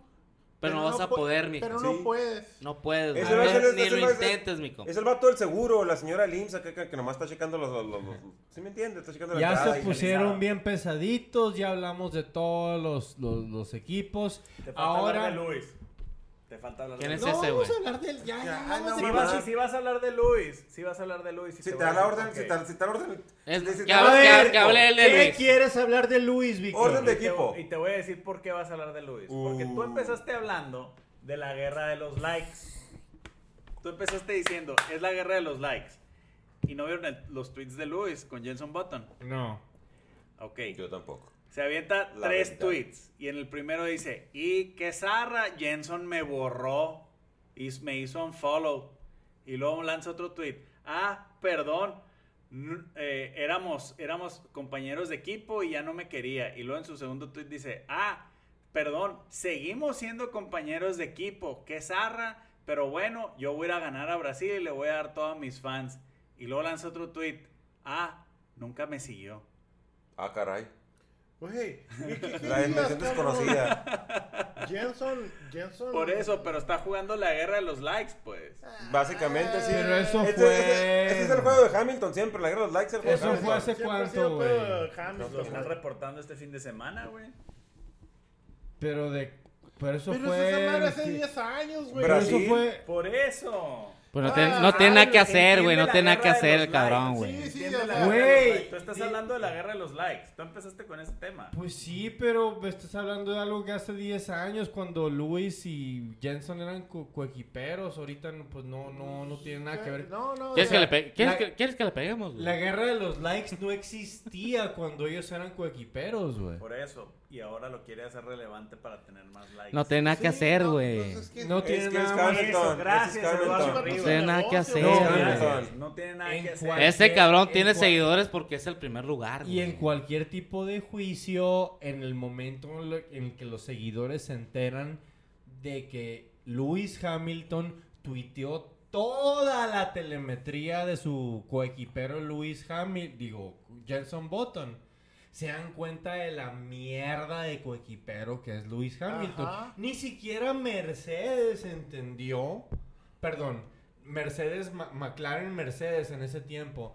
Pero no vas a pu- poder, mijo. Pero no Sí. puedes. Ah, No puedes, Ese güey. va a ser- ni ese va lo a ser- intentes, mijo. Es el vato del seguro, la señora Limsa, que, que, que nomás está checando los... los, los- los- ¿Sí me entiendes? Está checando la Ya entrada se y- pusieron bien pesaditos, ya hablamos de todos los, los, los equipos. Te falta Ahora, hablar de Luis. Te falta hablar ¿Quién de es Luis. ese, güey? hablar del ya, Ya, hablamos no de- Si mames. vas, si vas a hablar de Luis, si vas a hablar de Luis. Si te va da a- la orden, ok. si te, si te da la orden... Es- si- si te que da hable- la que orden- hable- que hable él de ¿Qué Luis. quieres hablar de Luis, Víctor? Orden de Y te- equipo. y te voy a decir por qué vas a hablar de Luis. Porque tú Uh. empezaste hablando de la guerra de los likes. Tú empezaste diciendo, es la guerra de los likes. Y no vieron el- los tweets de Luis con Jenson Button. No. Ok. Yo tampoco. Se avienta La tres ventana. tweets. Y en el primero dice, y que zarra, Jenson me borró. Y me hizo un follow. Y luego lanza otro tweet. Ah, perdón. n- eh, éramos, éramos compañeros de equipo y ya no me quería. Y luego en su segundo tweet dice, ah, perdón, seguimos siendo compañeros de equipo. Que zarra. Pero bueno, yo voy a ir a ganar a Brasil y le voy a dar todo a mis fans. Y luego lanza otro tweet. Ah, nunca me siguió. Ah, caray. Güey, ¿y qué La querías, dimensión cabrón? desconocida. Jenson, Jenson. Por eso, pero está jugando la guerra de los likes, pues. Básicamente, sí. Pero eso Ese- fue... ese- ese es el juego de Hamilton siempre, la guerra de los likes es el juego Eso de fue Hamilton. hace Siempre ha cuánto, sido pedo de güey? Hamilton, Lo están güey. reportando este fin de semana, güey. Pero de... Pero eso Pero fue... esa madre sí. hace 10 años, güey. Pero Brasil. eso fue... Por eso. Pues no, Ah, te- no ah, tiene nada que lo hacer, que güey. No entiende tiene la nada que guerra de hacer el los likes, cabrón, sí, güey. sí, Entiende o la sea, guerra de los Güey. likes. Tú estás hablando de la guerra de los likes. Tú empezaste con ese tema. Pues sí, pero me estás hablando de algo que hace 10 años cuando Luis y Jenson eran co- coequiperos. Ahorita no, pues no, no, no tiene nada que ver. No, no. ¿Quieres o sea, que le pe- quieres la- que- quieres que le peguemos, güey? La guerra de los likes no existía cuando ellos eran coequiperos, güey. Por eso. Y ahora lo quiere hacer relevante para tener más likes. No tiene nada que sí, hacer, no, güey. pues es que- No Es que tiene es nada más. Hamilton. Eso, ese gracias, es Eduardo Hamilton. Arriba. No tiene nada que hacer, No, güey. gracias. Gracias. No tiene nada En que hacer. cual- Ese cabrón en tiene cual- seguidores porque es el primer lugar, Y en güey. cualquier tipo de juicio, en el momento en lo- en que los seguidores se enteran de que Lewis Hamilton tuiteó toda la telemetría de su coequipero Lewis Hamilton, digo, Jenson Button, se dan cuenta de la mierda de coequipero que es Lewis Hamilton. Ajá. Ni siquiera Mercedes entendió, perdón, Mercedes, Ma- McLaren Mercedes en ese tiempo,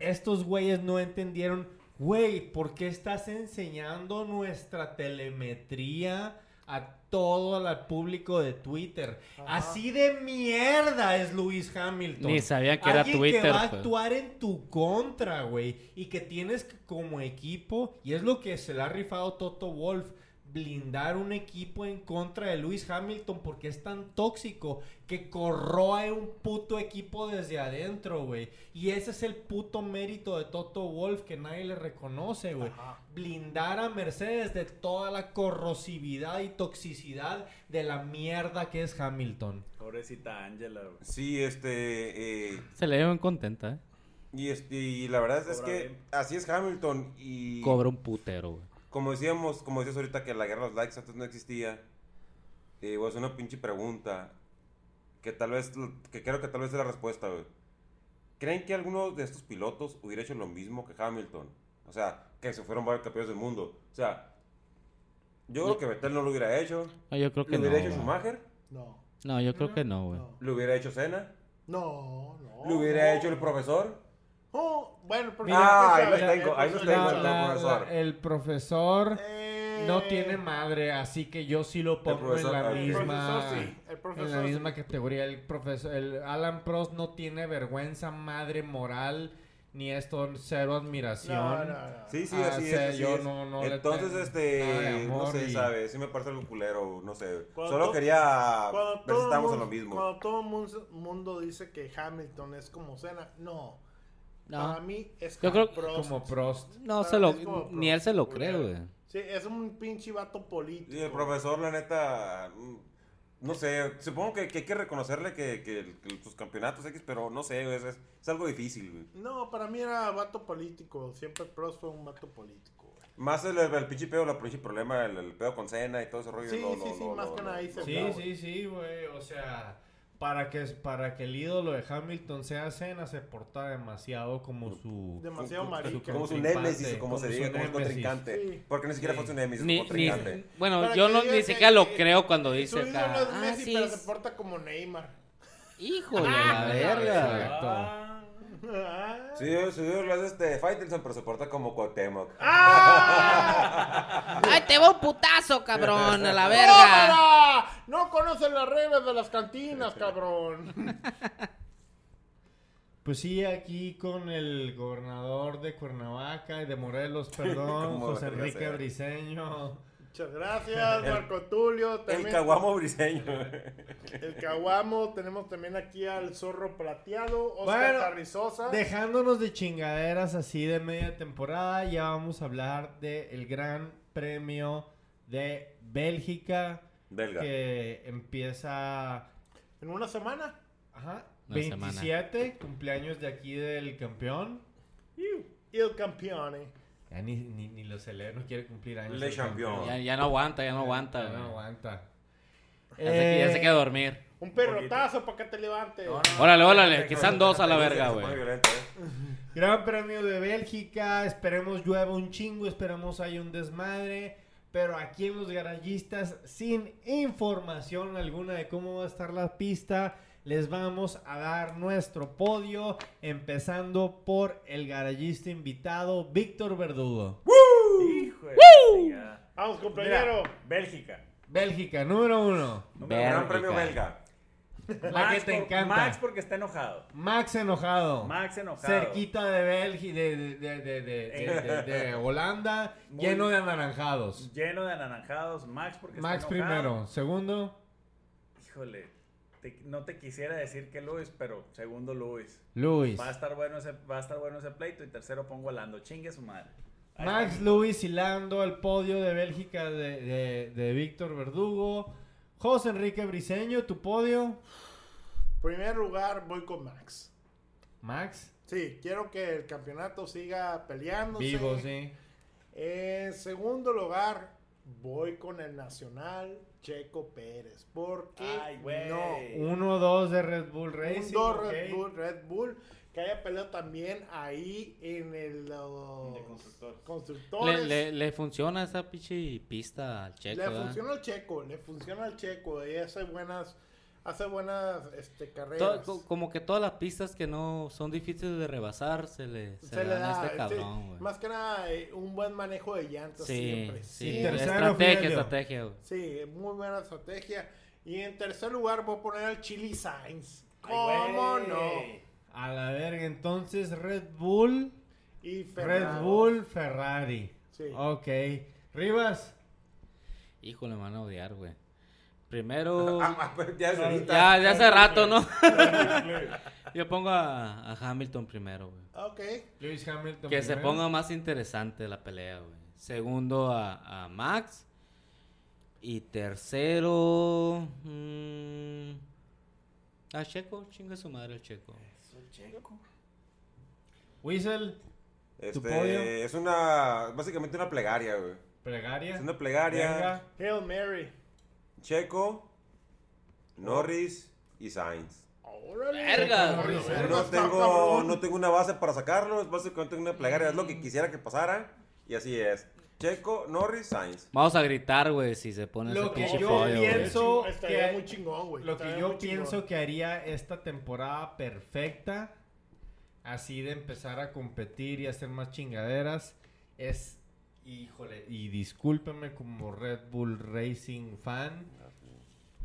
estos güeyes no entendieron, güey, ¿por qué estás enseñando nuestra telemetría a todo el público de Twitter? Ajá. Así de mierda es Lewis Hamilton. Ni sabían que era Alguien que Twitter, va a pues. actuar en tu contra, güey, y que tienes que, como equipo, y es lo que se le ha rifado Toto Wolf, blindar un equipo en contra de Lewis Hamilton porque es tan tóxico que corroe un puto equipo desde adentro, güey. Y ese es el puto mérito de Toto Wolf que nadie le reconoce, güey. Blindar a Mercedes de toda la corrosividad y toxicidad de la mierda que es Hamilton. Pobrecita Ángela, güey. Sí, este... eh, Se le dio bien contenta, eh. y, este, y la verdad es Cobra que bien. así es Hamilton y... Cobra un putero, güey. Como decíamos, como decías ahorita que la guerra de los likes antes no existía, eh, voy a hacer una pinche pregunta que tal vez, que creo que tal vez es la respuesta, güey. ¿Creen que alguno de estos pilotos hubiera hecho lo mismo que Hamilton? O sea, que se fueron varios campeones del mundo. O sea, yo creo que Vettel no lo hubiera hecho. No, yo creo que ¿Lo no. hubiera hecho güey. Schumacher? No, No, yo creo que no, güey. no. ¿Lo hubiera hecho Senna? No, no. ¿Lo hubiera hecho el profesor? Oh, bueno, pero. Mira, ah, ahí pues, los a ver, tengo, ahí los pues, tengo, a La- ver. no, la- profesor. la- el profesor Eh, no tiene madre, así que yo sí lo pongo profesor- en la el misma. ah, profesor sí, el profesor en la sí. misma categoría. El profesor, el Alan Prost no tiene vergüenza madre moral ni esto, cero admiración. No, no, no. Sí, sí, Ah, así o es. sea, así yo es. no- no le Entonces, tengo nada de este, no amor sé, y- ¿sabes? Sí me parece algo culero, no sé. Cuando Solo to- quería Cuando ver si todo, estábamos en mundo, lo mismo. cuando todo el mundo, mundo dice que Hamilton es como Cena, no. No. Para mí es Yo como creo- Prost. Como Prost. No, Para se lo, mí es como ni él se lo Prost. cree, güey. Sí, es un pinche vato político. Y el profesor, la neta, mm, no sé, supongo que, que hay que reconocerle que, que, el- que sus campeonatos X, pero no sé, güey, es, es, es algo difícil, güey. No, para mí era vato político. Siempre Prost fue un vato político. güey. Más el, el pinche pedo, la pinche problema, el, el pedo con cena y todo ese rollo. Sí, no, no, sí, sí, no, más no, que nada no, ahí no, se Sí, Claro, no. sí, sí, güey. O sea, para que, para que el ídolo de Hamilton sea Cena, se porta demasiado como su... Demasiado Como- marica. Como su Contrincante, némesis, o como se como diga, su como su némesis. contrincante. Sí. Porque ni siquiera Sí. fue su némesis, Ni, su ni- contrincante. bueno, Para yo que no, digas ni que- siquiera lo creo cuando Su dice ídolo acá. es Ah, Messi, sí, pero es- se porta como Neymar. Híjole, la verga. Exacto. Ah. Sí, yo- su ídolo es este Faitelson, pero se porta como Cuauhtémoc. ¡Ah! Ay, te va un putazo, cabrón, a la verga. ¡Tómala! No conocen las reglas de las cantinas, cabrón. Pues sí, aquí con el gobernador de Cuernavaca y de Morelos, perdón, Como José verga Enrique sea. Briseño. Muchas gracias, El- Marco Tulio. El También, caguamo briseño. el Caguamo. Tenemos también aquí al Zorro Plateado, Oscar Bueno, Carrizosa. Dejándonos de chingaderas así de media temporada, ya vamos a hablar del Gran Premio de Bélgica Belga. que empieza En una semana. ajá, Una 27, cumpleaños de aquí del campeón. Y el campeón. Ya ni, ni, ni lo celebra, no quiere cumplir años. Le el champion. Ya, ya no aguanta, ya no aguanta, Ya no güey. aguanta. Ya se- ya se queda a dormir. Un perrotazo para que te levantes. Órale, órale, que sean dos a la verga, Se pone güey. violento, ¿eh? Gran Premio de Bélgica, esperemos llueva un chingo, esperemos haya un desmadre, pero aquí en los garayistas, sin información alguna de cómo va a estar la pista, les vamos a dar nuestro podio, empezando por el garayista invitado, Víctor Verdugo. Hijo de la chingada. Vamos, compañero. Mira, Bélgica. Bélgica, número uno. Gran premio belga. La que te por- encanta. Max Max, porque está enojado. enojado. Max enojado. Cerquita de Bélgica, de, de- de- de- de- de- de Holanda, Muy- lleno de anaranjados. Lleno de anaranjados. Max porque Max está enojado. primero, segundo Híjole. te- no te quisiera decir que Luis, pero segundo Luis. Luis. Va a estar bueno ese, va a estar bueno ese pleito y tercero pongo a Lando. Chingue su madre. Ahí Max está. Luis hilando al podio de Bélgica de, de- de Víctor Verdugo. José Enrique Briseño, tu podio. Primer lugar, voy con Max. Max, Sí, quiero que el campeonato siga peleándose. vivo, sí. En segundo lugar, voy con el Nacional Checo Pérez. Porque Ay, güey. no. 1-2 de Red Bull Racing. Un dos ok. Red Bull, Red Bull, que haya peleado también ahí en el los De constructores. constructores. Le, le, le funciona esa pinche pista al checo, Le ¿verdad? funciona al checo, le funciona al checo, y hace buenas, hace buenas este, To- carreras. co- como que todas las pistas que no son difíciles de rebasar se le, se Se le le dan a da, este sí, cabrón, güey. más que nada eh, un buen manejo de llantas Sí, siempre. sí, Y tercero, estrategia, Fidelio. estrategia, güey. Sí, muy buena estrategia. Y en tercer lugar voy a poner al Chili Sainz. Ay, ¿Cómo güey. no? A la verga, entonces Red Bull, Y Red Fernando. Bull, Ferrari. Sí. Ok. Rivas, Híjole, me van a odiar, güey. Primero, Ah, ah, pero ya es ahorita. ya, ya hace rato, ¿no? Yo pongo a, a Hamilton primero, güey. Ok. Lewis Hamilton. Que se primero. ponga más interesante la pelea, güey. Segundo a, a Max. Y tercero. mm, a Checo, chinga su madre el Checo. Whistle, Este, podio? es una. Básicamente una plegaria, güey. plegaria. Es una plegaria. Verga. Hail Mary. Checo, Norris y Sainz. Órale. Verga, Órale, güey. verga, No está tengo, cabrón. no tengo una base para sacarlo, es básicamente una plegaria, es lo que quisiera que pasara. Y así es. Checo, Norris, Sainz. Vamos a gritar, güey, si se pone Lo ese que pinche yo podio, güey. pienso- Chingón, estaría que- muy chingón, güey. Lo que estaría yo muy chingón. pienso que haría esta temporada perfecta, así de empezar a competir y hacer más chingaderas, es, híjole, y discúlpeme como Red Bull Racing fan,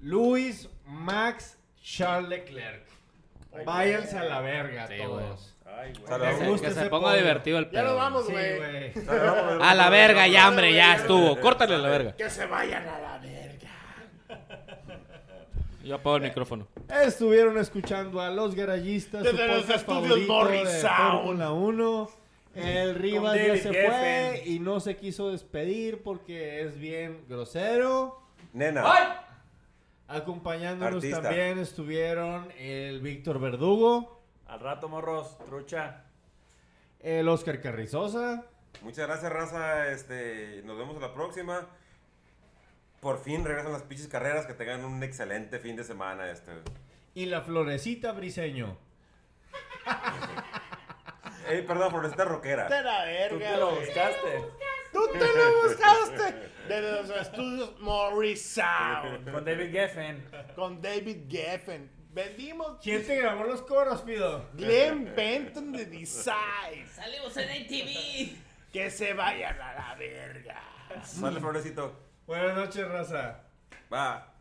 Luis Max Charles Leclerc. Váyanse a la verga Sí, todos. Ay, güey. Sale, Me Que se- vamos. gusta que se ese ponga pedo. divertido el Ya nos pedo. vamos, Sí, güey. güey. Sale, vamos. A la verga, ya, Ya, hombre, güey, ya ya. estuvo. Córtale a la verga. Que se vayan a la verga. Yo apago el micrófono. Estuvieron escuchando a los garayistas. su Desde los podcast estudios favorito Morrisound. De Fórmula 1. El Rivas David ya se fue Geffen. y no se quiso despedir porque es bien grosero. Nena. ¡Ay! Acompañándonos Artista. también estuvieron el Víctor Verdugo, Al rato, morros, trucha. el Oscar Carrizosa. Muchas gracias, raza. Este, nos vemos en la próxima. Por fin regresan las pinches carreras. Que tengan un excelente fin de semana. Este. Y la florecita briseño. Ey, Eh, perdón, por esta Vete a rockera. la Tú verga, te lo güey. buscaste. Tú te lo buscaste. Desde los estudios Morrisound. Con David Geffen. Con David Geffen. Vendimos ¿Quién te grabó los coros, Pido? Glenn Benton de Design. Salimos en TV. Que se vayan a la verga. Sale, florecito. Buenas noches, raza. Va.